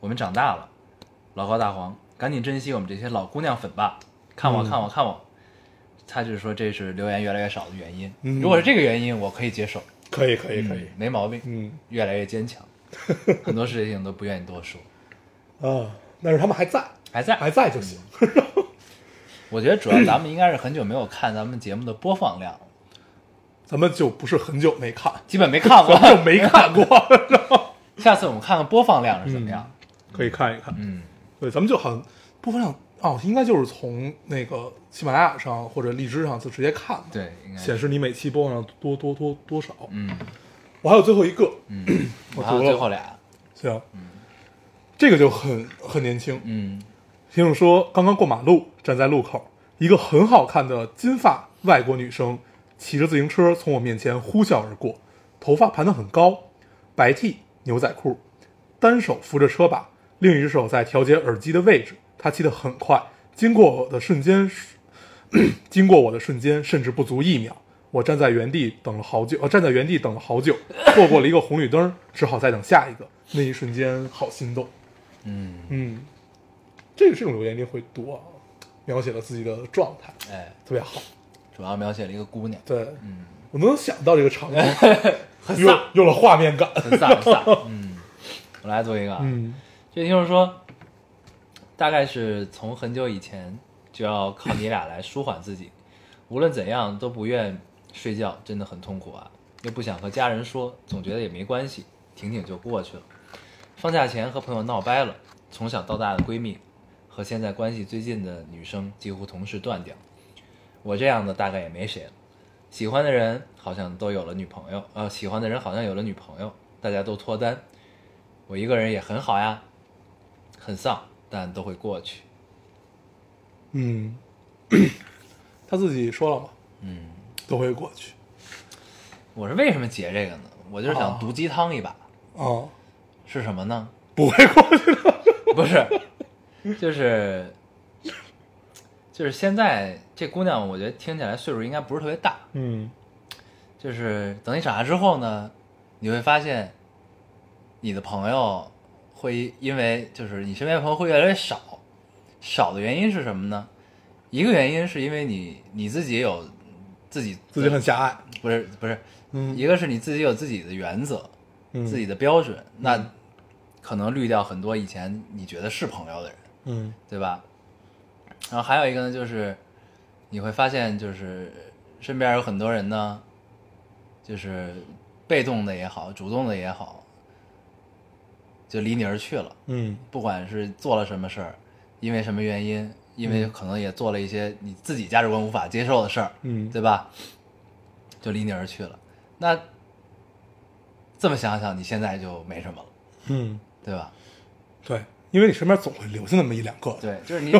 我们长大了，老高大黄，赶紧珍惜我们这些老姑娘粉吧！看我，
嗯
看我，看我。他就是说这是留言越来越少的原因。
嗯
如果是这个原因，我可以接受，
可以可以可以
嗯，没毛病。
嗯
越来越坚强， 很多事情都不愿意多说，
啊，但是他们还在，
还在，
还在就行。
我觉得主要咱们应该是很久没有看咱们节目的播放量了，
咱们就不是很久没看，
基本没 看 过。
就没看过，
下次我们看看播放量是怎么样。
可以看一看。
嗯，
对，咱们就好像播放量哦，应该就是从那个喜马拉雅上或者荔枝上就直接看嘛，
对，应该是
显示你每期播放量多多多多少。
嗯
我还有最后一个，
嗯，
我
还有
读
最
了
后俩，
行，这个就很很年轻。
嗯
听众说，刚刚过马路，站在路口，一个很好看的金发外国女生骑着自行车从我面前呼啸而过，头发盘得很高，白 T 牛仔裤，单手扶着车把，另一只手在调节耳机的位置。她骑得很快，经过我的瞬间，经过我的瞬间甚至不足一秒。我站在原地等了好久，呃，站在原地等了好久，错过了一个红绿灯，只好再等下一个。那一瞬间，好心动。
嗯，
嗯，这个这种留言一定会读啊，描写了自己的状态，
哎，
特别好。
主要描写了一个姑娘，
对，嗯，我能想到这 个场景，有有了画面感。
很飒很 飒。嗯，我来读一个啊，
嗯
这听众说，大概是从很久以前就要靠你俩来舒缓自己，无论怎样都不愿睡觉，真的很痛苦啊，又不想和家人说，总觉得也没关系，挺挺就过去了。放假前和朋友闹掰了，从小到大的闺蜜和现在关系最近的女生几乎同时断掉，我这样的大概也没谁了。喜欢的人好像都有了女朋友，呃，喜欢的人好像有了女朋友，大家都脱单，我一个人也很好呀，很丧，但都会过去。
嗯，他自己说了嘛，
嗯，
都会过去
我是为什么截这个呢？我就是想
哦
毒鸡汤一把，
啊，
是什么呢？
不会过去。
不是，就是就是现在这姑娘，我觉得听起来岁数应该不是特别大。
嗯
就是等你长大之后呢，你会发现你的朋友会因为就是你身边的朋友会越来越少，少的原因是什么呢？一个原因是因为你你自己有自己
自己很狭隘。
不是不是
嗯
一个是你自己有自己的原则，
嗯
自己的标准，那可能滤掉很多以前你觉得是朋友的人，
嗯
对吧？然后还有一个呢，就是你会发现，就是身边有很多人呢，就是被动的也好，主动的也好，就离你而去了。
嗯
不管是做了什么事儿，因为什么原因，因为可能也做了一些你自己价值观无法接受的事儿，
嗯
对吧？就离你而去了。那这么想想，你现在就没什么了，
嗯，
对吧？
对，因为你身边总会留下那么一两个。
对，就是你，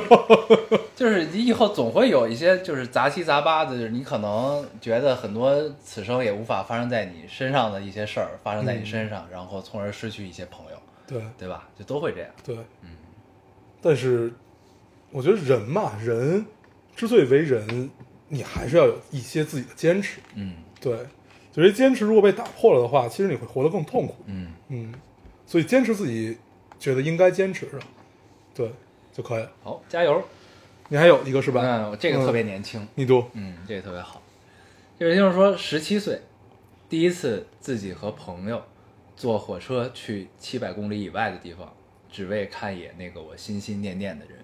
就是你以后总会有一些就是杂七杂八的，就是你可能觉得很多此生也无法发生在你身上的一些事儿发生在你身上，然后从而失去一些朋友，
对
对吧？就都会这样。
对，嗯，但是我觉得人嘛，人之所以为人，你还是要有一些自己的坚持。
嗯
对，就这坚持如果被打破了的话，其实你会活得更痛苦。
嗯，
嗯，所以坚持自己觉得应该坚持的，对就可以了。
好，加油！
你还有一个是吧？
嗯，我这个特别
嗯
年轻，
你读，
嗯，这个特别好。就是就是说，十七岁第一次自己和朋友坐火车去七百公里以外的地方，只为看一眼那个我心心念念的人。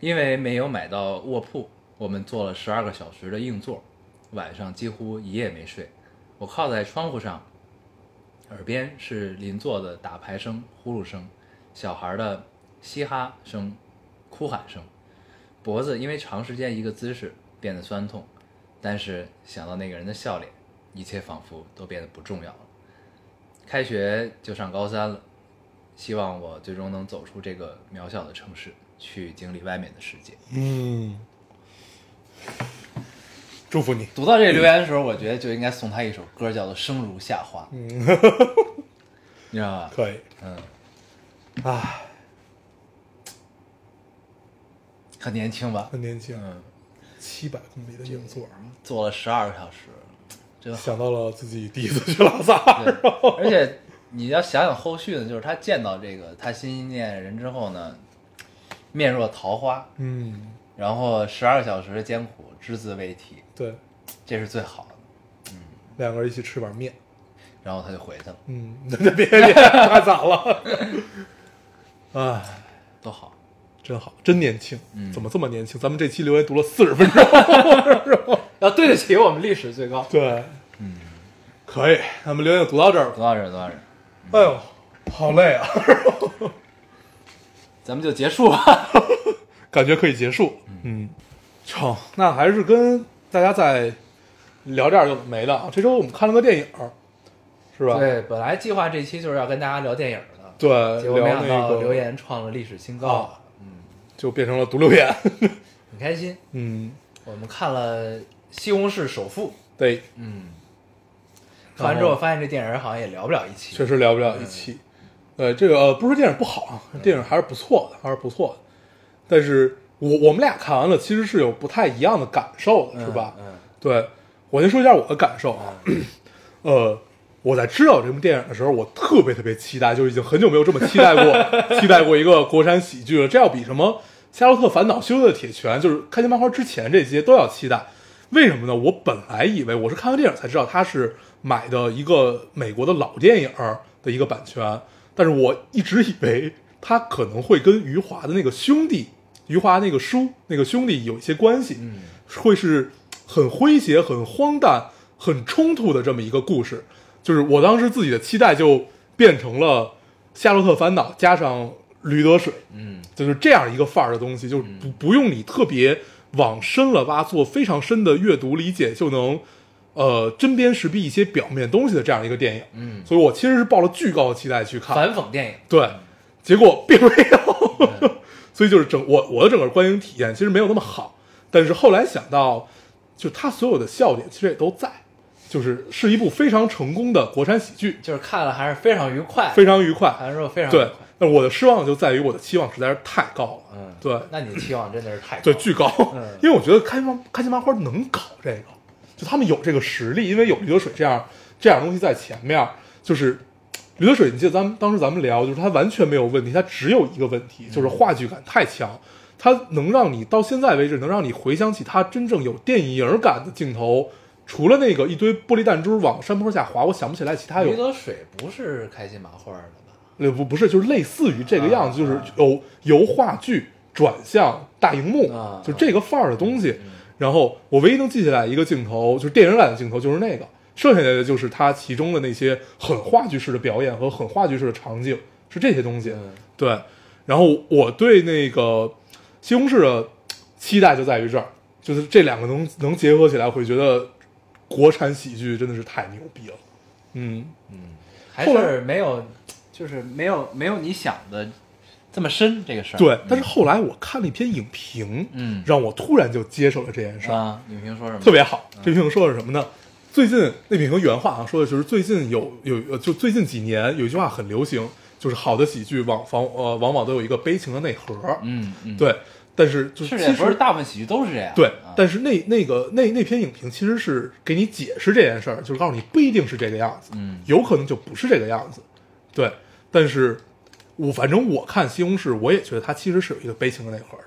因为没有买到卧铺，我们坐了十二个小时的硬座，晚上几乎一夜没睡。我靠在窗户上，耳边是邻座的打牌声、呼噜声，小孩的嘻哈声、哭喊声。脖子因为长时间一个姿势变得酸痛，但是想到那个人的笑脸，一切仿佛都变得不重要了。开学就上高三了，希望我最终能走出这个渺小的城市，去经历外面的世界。
嗯，祝福你。
读到这个留言的时候，我觉得就应该送他一首歌，叫做《生如夏花》， 你知道吧？
可以，
嗯，
唉，
很年轻吧？
很年轻，
嗯，
七百公里的硬座，
坐了十二个小时，真好。
想到了自己第一次去拉萨，
嗯对，而且你要想想后续呢，就是他见到这个他心心念念人之后呢，面若桃花，
嗯，
然后十二小时的艰苦，只字未提，
对，
这是最好的。
两个人一起吃碗面，
然后他就回去了，
嗯，别 别别，太惨了，唉，
多好。
真好，真年轻，
嗯
怎么这么年轻？咱们这期留言读了四十分钟，
要对得起我们历史最高。
对，嗯，可以，咱们留言就读到这儿吧。
多少人？多少人？
哎呦，好累啊，
咱们就结束吧。
感觉可以结束。嗯，成，那还是跟大家再聊点儿有的没的啊。这周我们看了个电影儿，是吧？
对，本来计划这期就是要跟大家聊电影的，
对，
结果没
聊
想
那
到
个
留言创了历史新高，
啊就变成了读留言。
很开心。
嗯，
我们看了《西红柿首富》，
对，
看完之后发现这电影好像也聊不了一期
确。实聊不了一期。对，这个呃，不是电影不好啊，电影还是不错的，还是不错的。但是我我们俩看完了，其实是有不太一样的感受的，是吧？
嗯，
对，我先说一下我的感受啊。呃，我在知道这部电影的时候，我特别特别期待，就已经很久没有这么期待过 期待过一个国产喜剧了。这要比什么《夏洛特烦恼》《修的铁拳》就是开心麻花之前这些都要期待。为什么呢？我本来以为我是看完电影才知道它是买的一个美国的老电影的一个版权，但是我一直以为它可能会跟余华的那个兄弟、余华那个叔、那个兄弟有一些关系。嗯，会是很诙谐、很荒诞、很冲突的这么一个故事。就是我当时自己的期待就变成了《夏洛特烦恼》加上《驴得水》，
嗯，
就是这样一个范儿的东西，就是不不用你特别往深了挖，做非常深的阅读理解，就能呃针砭时弊一些表面东西的这样一个电影。嗯，所以我其实是抱了巨高的期待去看。
反讽电影。
对，结果并没
嗯
有， 所以就是整我我的整个观影体验其实没有那么好。但是后来想到，就他所有的笑点其实也都在，就是是一部非常成功的国产喜剧，
就是看了还是非常愉快，
非常愉快。
看完之后非常愉
对
快。，
那我的失望就在于我的期望实在是太高了。
嗯，
对，
那你的期望真的是太高
对
了，
巨高
嗯，
因为我觉得开心麻开心麻花能搞这个，就他们有这个实力，因为有驴得水这样这样东西在前面，就是驴得水，你记得咱们当时咱们聊，就是它完全没有问题，它只有一个问题，
嗯
就是话剧感太强，它能让你到现在为止能让你回想起它真正有电影感的镜头，除了那个一堆玻璃弹珠往山坡下滑，我想不起来其他有
驴得水不是开心麻花的吧？
呃，不不是，就是类似于这个样子，就是由由话剧转向大荧幕，
啊
就这个范儿的东西。然后我唯一能记起来一个镜头，就是电影版的镜头，就是那个，剩下的就是它其中的那些很话剧式的表演和很话剧式的场景，是这些东西。
嗯
对，然后我对那个西红柿的期待就在于这儿，就是这两个能能结合起来，我会觉得国产喜剧真的是太牛逼了。嗯，
还
后来
是没有
就是没有没有你想的这么深这个事儿。
对，但是后来我看了一篇影评，
嗯
让我突然就接受了这件事儿，
啊，影评说什么？
特别好。
嗯
这评说的是什么呢？最近那评原话啊，说的就是最近有有呃就最近几年有一句话很流行，就是好的喜剧往往呃往往都有一个悲情的内核。
嗯嗯，
对，但是就
是
是其
这不是
实
大部分喜剧都是这样。
对
啊，
但是那那个那那篇影评其实是给你解释这件事儿，就是告诉你不一定是这个样子，
嗯
有可能就不是这个样子。对，但是我反正我看西红柿，我也觉得它其实是有一个悲情的内核的，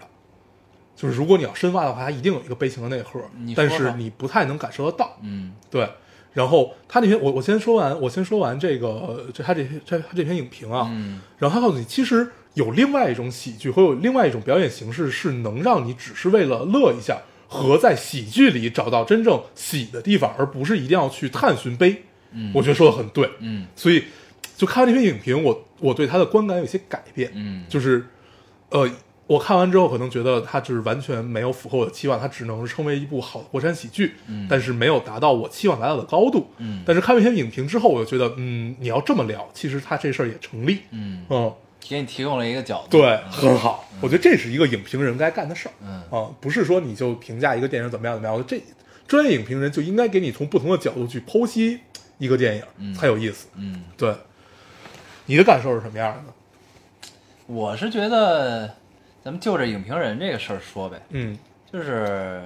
就是如果你要深挖的话，它一定有一个悲情的内核
你，说
但
吧
是你不太能感受得到。
嗯
对，然后他那篇我我先说完，我先说完这个这他这篇这他这篇影评啊，
嗯
然后他告诉你，其实有另外一种喜剧，会有另外一种表演形式，是能让你只是为了乐一下，和在喜剧里找到真正喜的地方，而不是一定要去探寻悲。
嗯
我觉得说的很对，
嗯
所以就看完这篇影评，我我对他的观感有些改变。
嗯，
就是，呃，我看完之后可能觉得它就是完全没有符合我的期望，它只能称为一部好的国产喜剧，
嗯
但是没有达到我期望达到的高度，
嗯
但是看完一篇影评之后，我就觉得，嗯，你要这么聊，其实它这事儿也成立，
嗯，
嗯，
给你提供了一个角度。
对，
很好，
我觉得这是一个影评人该干的事儿。
嗯
啊，不是说你就评价一个电影怎么样怎么样，我觉得这专业影评人就应该给你从不同的角度去剖析一个电影，才有意思。
嗯，
对，你的感受是什么样的？
我是觉得咱们就着影评人这个事儿说呗，
嗯
就是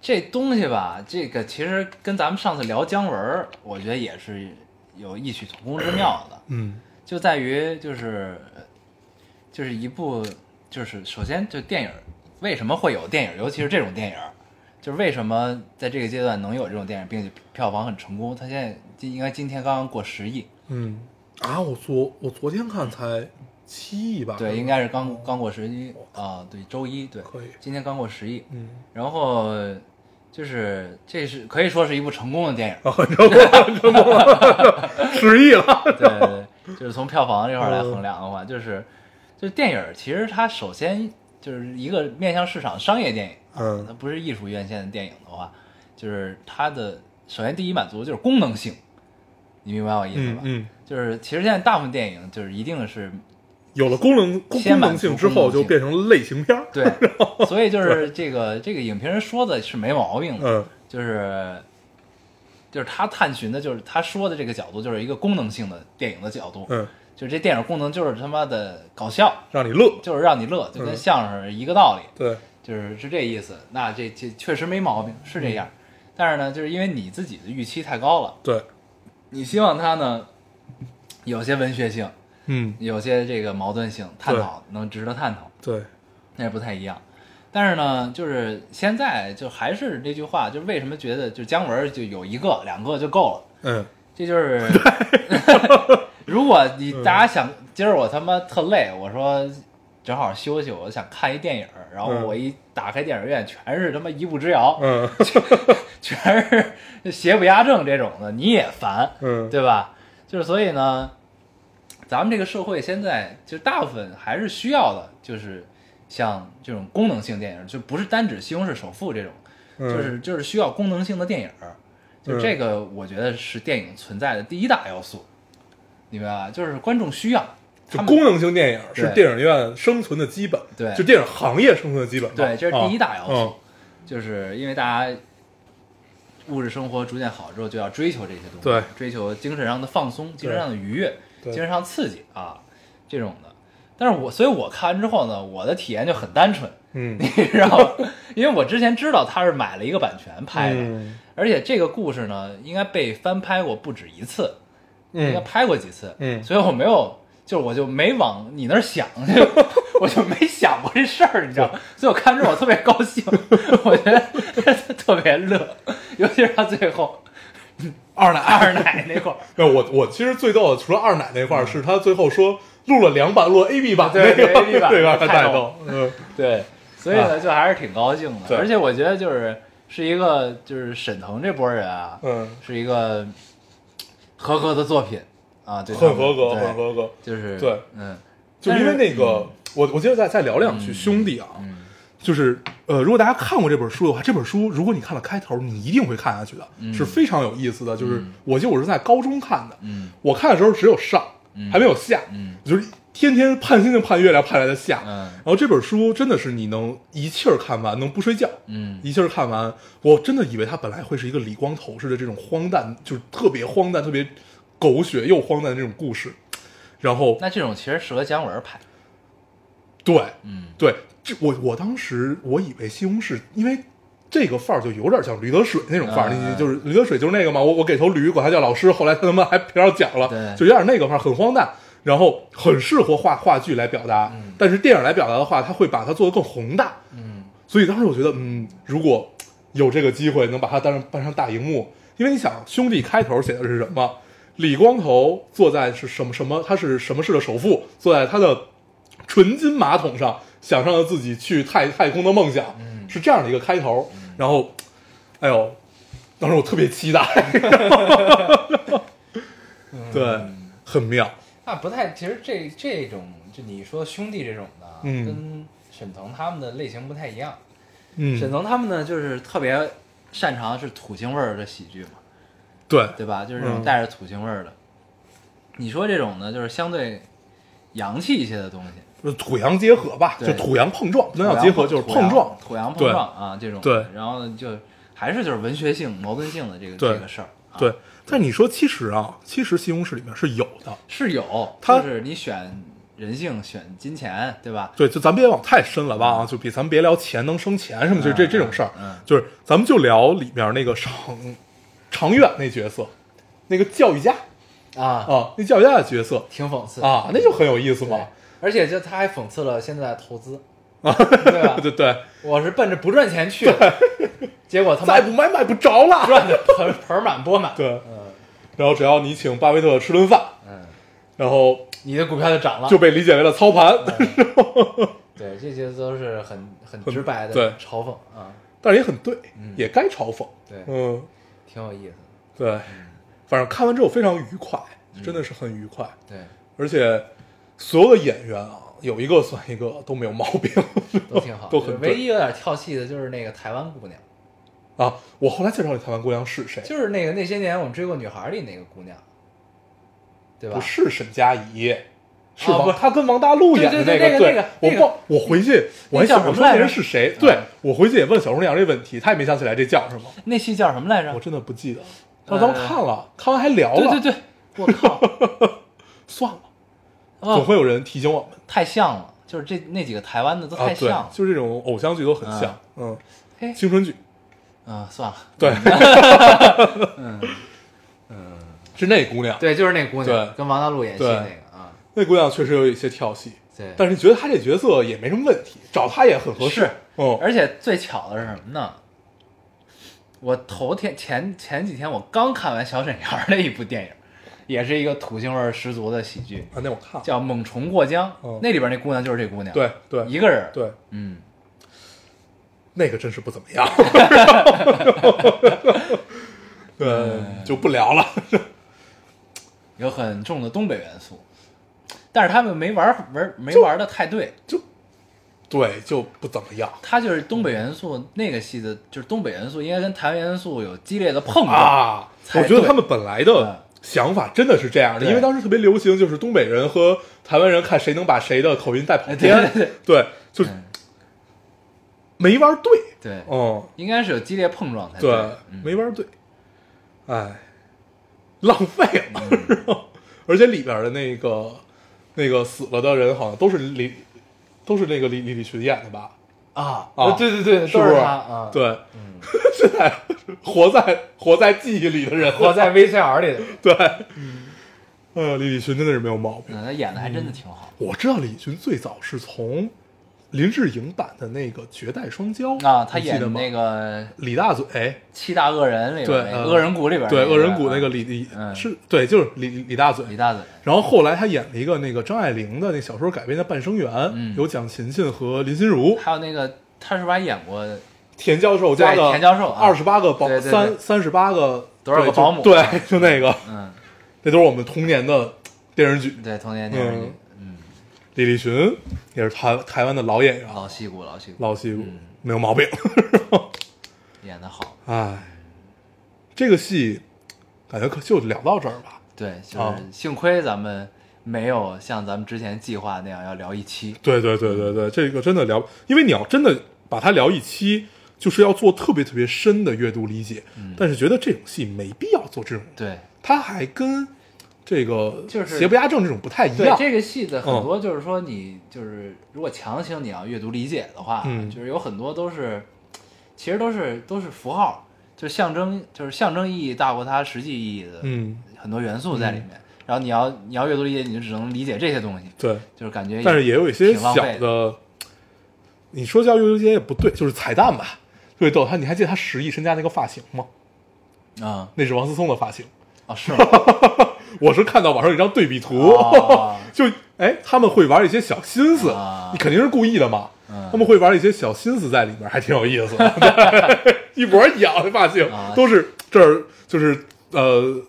这东西吧，这个其实跟咱们上次聊姜文儿，我觉得也是有异曲同工之妙的，
嗯
就在于就是就是一部就是首先就电影儿为什么会有电影儿，尤其是这种电影儿，就是为什么在这个阶段能有这种电影，并且票房很成功，它现在今应该今天刚刚过十亿，
嗯啊，我昨我昨天看才七亿吧？
对，应该是刚刚过十一啊，对，周一对，
可以
今天刚过十亿，啊
嗯。
然后就是这是可以说是一部成功的电影，
啊，成功了，成功了，失忆了。
对对 对，就是从票房这块儿来衡量的话，就是就是电影儿其实它首先就是一个面向市场商业电影，它
嗯
不是艺术院线的电影的话，就是它的首先第一满足就是功能性，你明白我意思
嗯
吧？
嗯，
就是其实现在大部分电影就是一定是
有了功能功
先
功
满
能
足
性之后，
功能
就
性
变成类型片儿。
对，所以就是这个这个影评人说的是没毛病的，
嗯
就是就是他探寻的，就是他说的这个角度，就是一个功能性的电影的角度，
嗯，
就是这电影功能就是他妈的搞笑，
让你乐。
就是让你乐，就跟相声一个道理，
对，
就是是这意思。那这这确实没毛病，是这样。但是呢，就是因为你自己的预期太高了，
对，
你希望它呢有些文学性，
嗯，
有些这个矛盾性，探讨能值得探讨。
对，
那也不太一样。但是呢，就是现在就还是那句话，就是为什么觉得就姜文儿就有一个两个就够了，
嗯，
这就是 如果你大家想今儿我他妈特累，我说正好休息，我想看一电影儿，然后
嗯
我一打开电影院全是他妈一步之 遥，
嗯，
全是邪不压正这种的，你也烦，
嗯，
对吧？就是所以呢，咱们这个社会现在就大部分还是需要的，就是像这种功能性电影，就不是单指《西红柿首富》这种，
嗯
就是就是需要功能性的电影。就
嗯
这个，我觉得是电影存在的第一大要素，你明白吧？就是观众需要，
就
他们
功能性电影是
对
电影院生存的基本，
对
就电影行业生存的基本吧。
对，这是第一大要素，
啊
就是因为大家物质生活逐渐好之后，就要追求这些东西，
对
追求精神上的放松、精神上的愉悦、
对
精神上刺激啊这种的。但是我所以我看完之后呢，我的体验就很单纯，
嗯
你知道吗？因为我之前知道他是买了一个版权拍的，
嗯
而且这个故事呢，应该被翻拍过不止一次，应该
嗯
拍过几次，
嗯
所以我没有，就是我就没往你那儿想， 就我就没想过这事儿，你知道吗？所以我看着我特别高兴， 我觉得特别乐，尤其是他最后
二奶
二奶那块 儿，
没有我我其实最逗的，除了二奶那块儿，是他最后说录了两版，录了 A B
嗯
版，
对
那个
AB 版
那个
太
太
逗
逗。嗯
对，所以呢，就还是挺高兴的，
啊对
而且我觉得就是是一个就是沈腾这波人啊，
嗯，
是一个合格的作品啊，对他
很
们，
合格，
对
很，合格。
就是
对，
嗯
就
但
因
是
为那个，我我接着再再聊两句兄弟啊，
嗯
就是呃，如果大家看过这本书的话，这本书如果你看了开头，你一定会看下去的，是非常有意思的。就是我记得我是在高中看的，
嗯嗯
我看的时候只有上，还没有下，
嗯
就是天天盼星星盼月亮盼来的下。
嗯
然后这本书真的是你能一气儿看完，能不睡觉。
嗯
一气儿看完，我真的以为它本来会是一个李光头似的这种荒诞，就是特别荒诞、特别狗血又荒诞的这种故事。然后
那这种其实适合姜文拍，
对，
嗯
对，这我我当时我以为西红柿，因为这个范儿就有点像驴得水那种范儿，
嗯
你就是驴得水就是那个嘛，我我给头驴管他叫老师，后来他他妈还评上奖了，
对
就有点那个范儿，很荒诞，然后很适合画话剧来表达，但是电影来表达的话，他会把它做得更宏大，
嗯
所以当时我觉得，嗯，如果有这个机会能把它当成搬上大荧幕，因为你想，兄弟开头写的是什么？李光头坐在是什么什么？他是什么市的首富，坐在他的纯金马桶上，想象着自己去太太空的梦想，
嗯
是这样的一个开头。然后，哎呦，当时我特别期待， 对，很妙，
那不太，其实这这种就你说兄弟这种的，
嗯
跟沈腾他们的类型不太一样。
沈
嗯，
腾他们呢，就是特别擅长是土腥味儿的喜剧嘛，
对，
对吧？就是那种
嗯
带着土腥味儿的。你说这种呢，就是相对洋气一些的东西，
就是土洋结合吧，就
对
土洋碰撞，不能
土
叫
洋
结合，就是
土
碰
洋
撞。
土洋碰
对
撞啊这种。
对
然后呢就还是就是文学性、矛盾性的这个
对
这个事儿。啊、
对，，但你说其实啊，其实西红柿里面是有的。
是有，
它
就是你选人性、选金钱，对吧？
对，就咱别往太深了吧啊，就比咱们别聊钱能生钱什么，就这
嗯
这种事儿
嗯，
就是咱们就聊里面那个常常远那角色，那个教育家
啊，
啊，那教育家的角色
挺讽刺
啊，那就很有意思嘛
对。而且就他还讽刺了现在的投资，
对啊
吧
对对，
我是奔着不赚钱去的，结果他妈
再不买买不着了。
赚的盆盆满钵满。
对，
嗯
然后只要你请巴菲特吃顿饭，
嗯，
然后
你的股票就涨了。
就被理解为了操盘。
嗯对，这些都是很很直白
对
的嘲讽啊，
但是也很对，也该嘲讽。
嗯对
嗯，
挺有意思的。
对，反正看完之后非常愉快，
嗯
真的是很愉快，
对，
而且所有的演员啊，有一个算一个都没有毛病，
都挺好。
都
就是
很对
唯一有点跳戏的就是那个台湾姑娘，
啊。我后来介绍你台湾姑娘是谁，
就是那个那些年我们追过女孩里那个姑娘，对吧
不？是沈佳宜。是
啊
王，
不
她跟王大陆演的
对对
个，
对
对
那个，
我
那个
忘，我回去我还
那叫什
想
么
我说那
来着
人是谁？对我回去也问小红娘这问题，她也没想起来这叫什么，
那戏叫什么来着
我？真的不记得。但是咱们看了，看完还聊了，
对对，对，我靠，
算了，总
哦，
会有人提醒我们。
太像了，就是这那几个台湾的都
啊，
太
对
像，了。
就是这种偶像剧都很像，嗯，
嘿
青春剧，
嗯，算了，
对， 是那姑娘，
对，就是那姑娘，
对
跟王大陆演戏
对
那个啊。
那姑娘确实有一些跳戏，
对，
但是觉得她这角色也没什么问题，找她也很合适
是，
嗯，
而且最巧的是什么呢？我头天前前几天我刚看完小沈阳的一部电影，也是一个土腥味儿十足的喜剧，
啊，那我看了，
叫《猛虫过江》
嗯
那里边那姑娘就是这姑娘，
对对
一个人，，
对，
嗯，
那个真是不怎么 样，
哎
对，就不聊了，
有很重的东北元素，但是他们没玩儿玩没玩的太对，
对，就不怎么样
他就是东北元素那个戏的，就是东北元素应该跟台湾元素有激烈的碰撞，
啊。
才
我觉得
嗯对
他们本来的想法真的是这样的，
对
因为当时特别流行，就是东北人和台湾人看谁能把谁的口音带跑
哎对
偏，
对对
对，就是
嗯
没玩对，
对，
嗯，
应该是有激烈碰撞才
对，
嗯
没玩对，哎，浪费了，
嗯
然后 而且里边的那个那个死了的人好像都是李，都是那个李李李群演的吧？
啊
啊
对对对，
是
都
不是
他啊，，
对，
嗯
现在活在活在记忆里的人，
活在 VCR 里的，
对， 呃，李李群真的是没有毛病。
嗯嗯，他演的还真的挺好
我知道李群最早是从林志颖版的那个《绝代双骄》
啊，他
嗯你记
演
得
的
吗
那个
李大嘴，
七大恶人里边
对
那个，
呃
恶人谷里边那
对，
个
恶人谷
啊
那个李嗯李
嗯
是，对，就是李李李大嘴，
李大嘴，
然后后来他演了一个那个张爱玲的那小说改编的《半生缘》，
嗯
有蒋勤勤和林心如，
还有那个他是不是还演过
田教授家的
对田教授啊
二十八个保
对对对
三三十八个
多少个
对就
保姆啊
对，就那个，
嗯，
那都是我们童年的电视剧。
对童年电视剧，嗯，
李立群也是台台湾的老演员，
老戏骨老戏骨
老戏骨
嗯，
没有毛病。
演的好，
哎，这个戏感觉可就聊到这儿吧。
对，就
啊
是幸亏咱们没有像咱们之前计划那样要聊一期，
对对对对对，这个真的聊，因为你要真的把它聊一期，就是要做特别特别深的阅读理解。
嗯
但是觉得这种戏没必要做这种，
对，
它还跟这个
就是
邪不压正这种不太一
对
样。
这个戏的很
嗯
多就是说你就是如果强行你要阅读理解的话，
嗯
就是有很多都是其实都是都是符号，就象征就是象征意义大过它实际意义的
嗯，
很多元素在里面。然后你要你要阅读理解，你就只能理解这些东西，
对，
就是感觉
但是也有一些
哎挺浪
小
费
的，你说叫悠悠街也不对，就是彩蛋吧。对，逗他，你还记得他十亿身家那个发型吗？
啊、
那是王思聪的发型。
哦是吗？
我是看到网上有一张对比图，
哦
就哎，他们会玩一些小心思，
啊
你肯定是故意的嘛。
嗯
他们会玩一些小心思在里面，还挺有意思的， 对一模一样的发型，
啊
都是这儿就是呃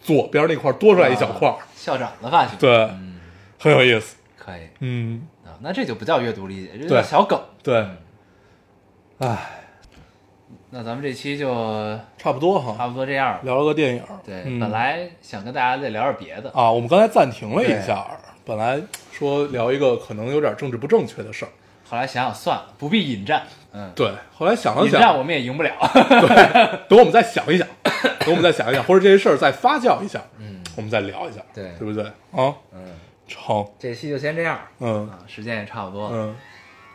左边那块儿多出来一小块儿，
校长的发型，
对
啊嗯，
很有意思。
可以
嗯，
啊，那这就不叫阅读理解，这就叫
对
小梗。
对，哎，
那咱们这期就
差不多
差
哈，
不多这样了。
聊了个电影。
对，
嗯
本来想跟大家再聊点别的，
啊，我们刚才暂停了一下，本来说聊一个可能有点政治不正确的事儿，
后来想想算了，不必引战。嗯，
对，后来想了
引战
想
我，们也赢不了。
等我们再想一想，等我们再想一想，或者这些事儿再发酵一下， 嗯，我们再聊一下，
对
对不对啊？
嗯
成，
这期就先这样，
嗯
啊，时间也差不多了，
嗯，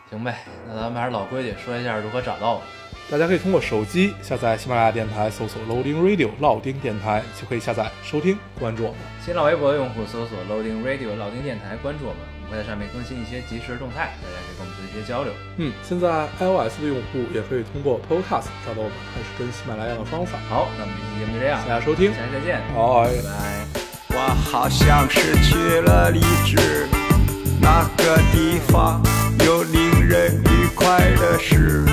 行呗。那咱们还是老规矩，说一下如何找到我们。
大家可以通过手机下载喜马拉雅电台，搜索 Loading Radio 老丁电台，就可以下载收听关注我们。
新浪微博用户搜索 Loading Radio 老丁电台，关注我们，我们会在上面更新一些即时动态，大家可以跟我们做一些交流。
嗯，现在 iOS 的用户也可以通过 Podcast 找到我们，还是跟喜马拉雅的方法。
好，那么这期节目就这样
大，家收听，哎
下期再见，
拜
拜拜。
我好像失去了理智，那个地方有令人愉快的事。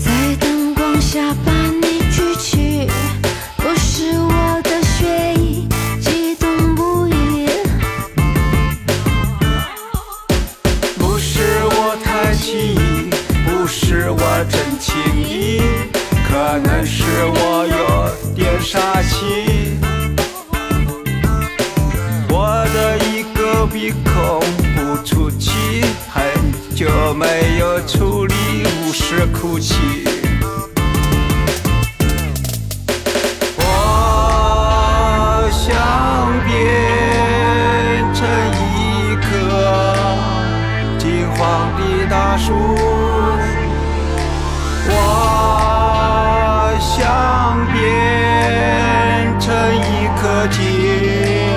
在灯光下把你举起，不是我的血液，激动不已。
不是我太轻易，不是我真轻易，可能是我有点傻气。我的一个鼻孔不出气，很久没有处理，无视哭泣。我想变成一棵金黄的大树，我想变成一棵金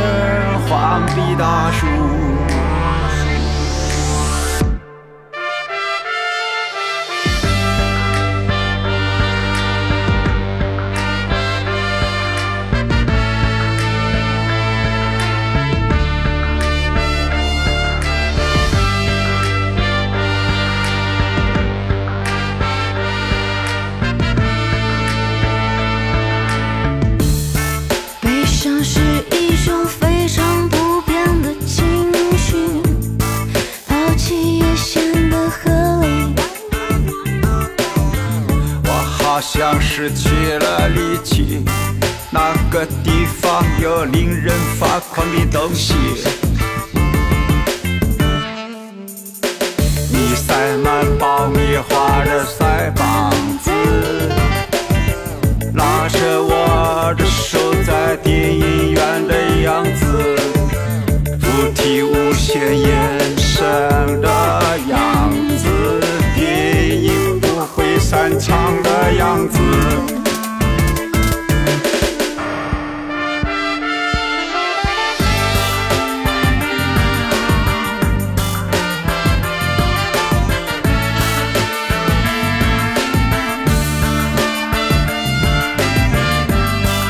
黄的大树。
悲伤是一种非常普遍的情绪，抛弃也显得合理。
我好像失去了力气，那个地方有令人发狂的东西。你塞满爆米花的腮帮子，拉着我的手在电影院的样子，不提无限延伸的样子，电影不会散场的样子。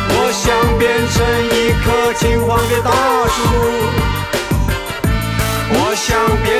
我想变成一棵金黄的大树，我想变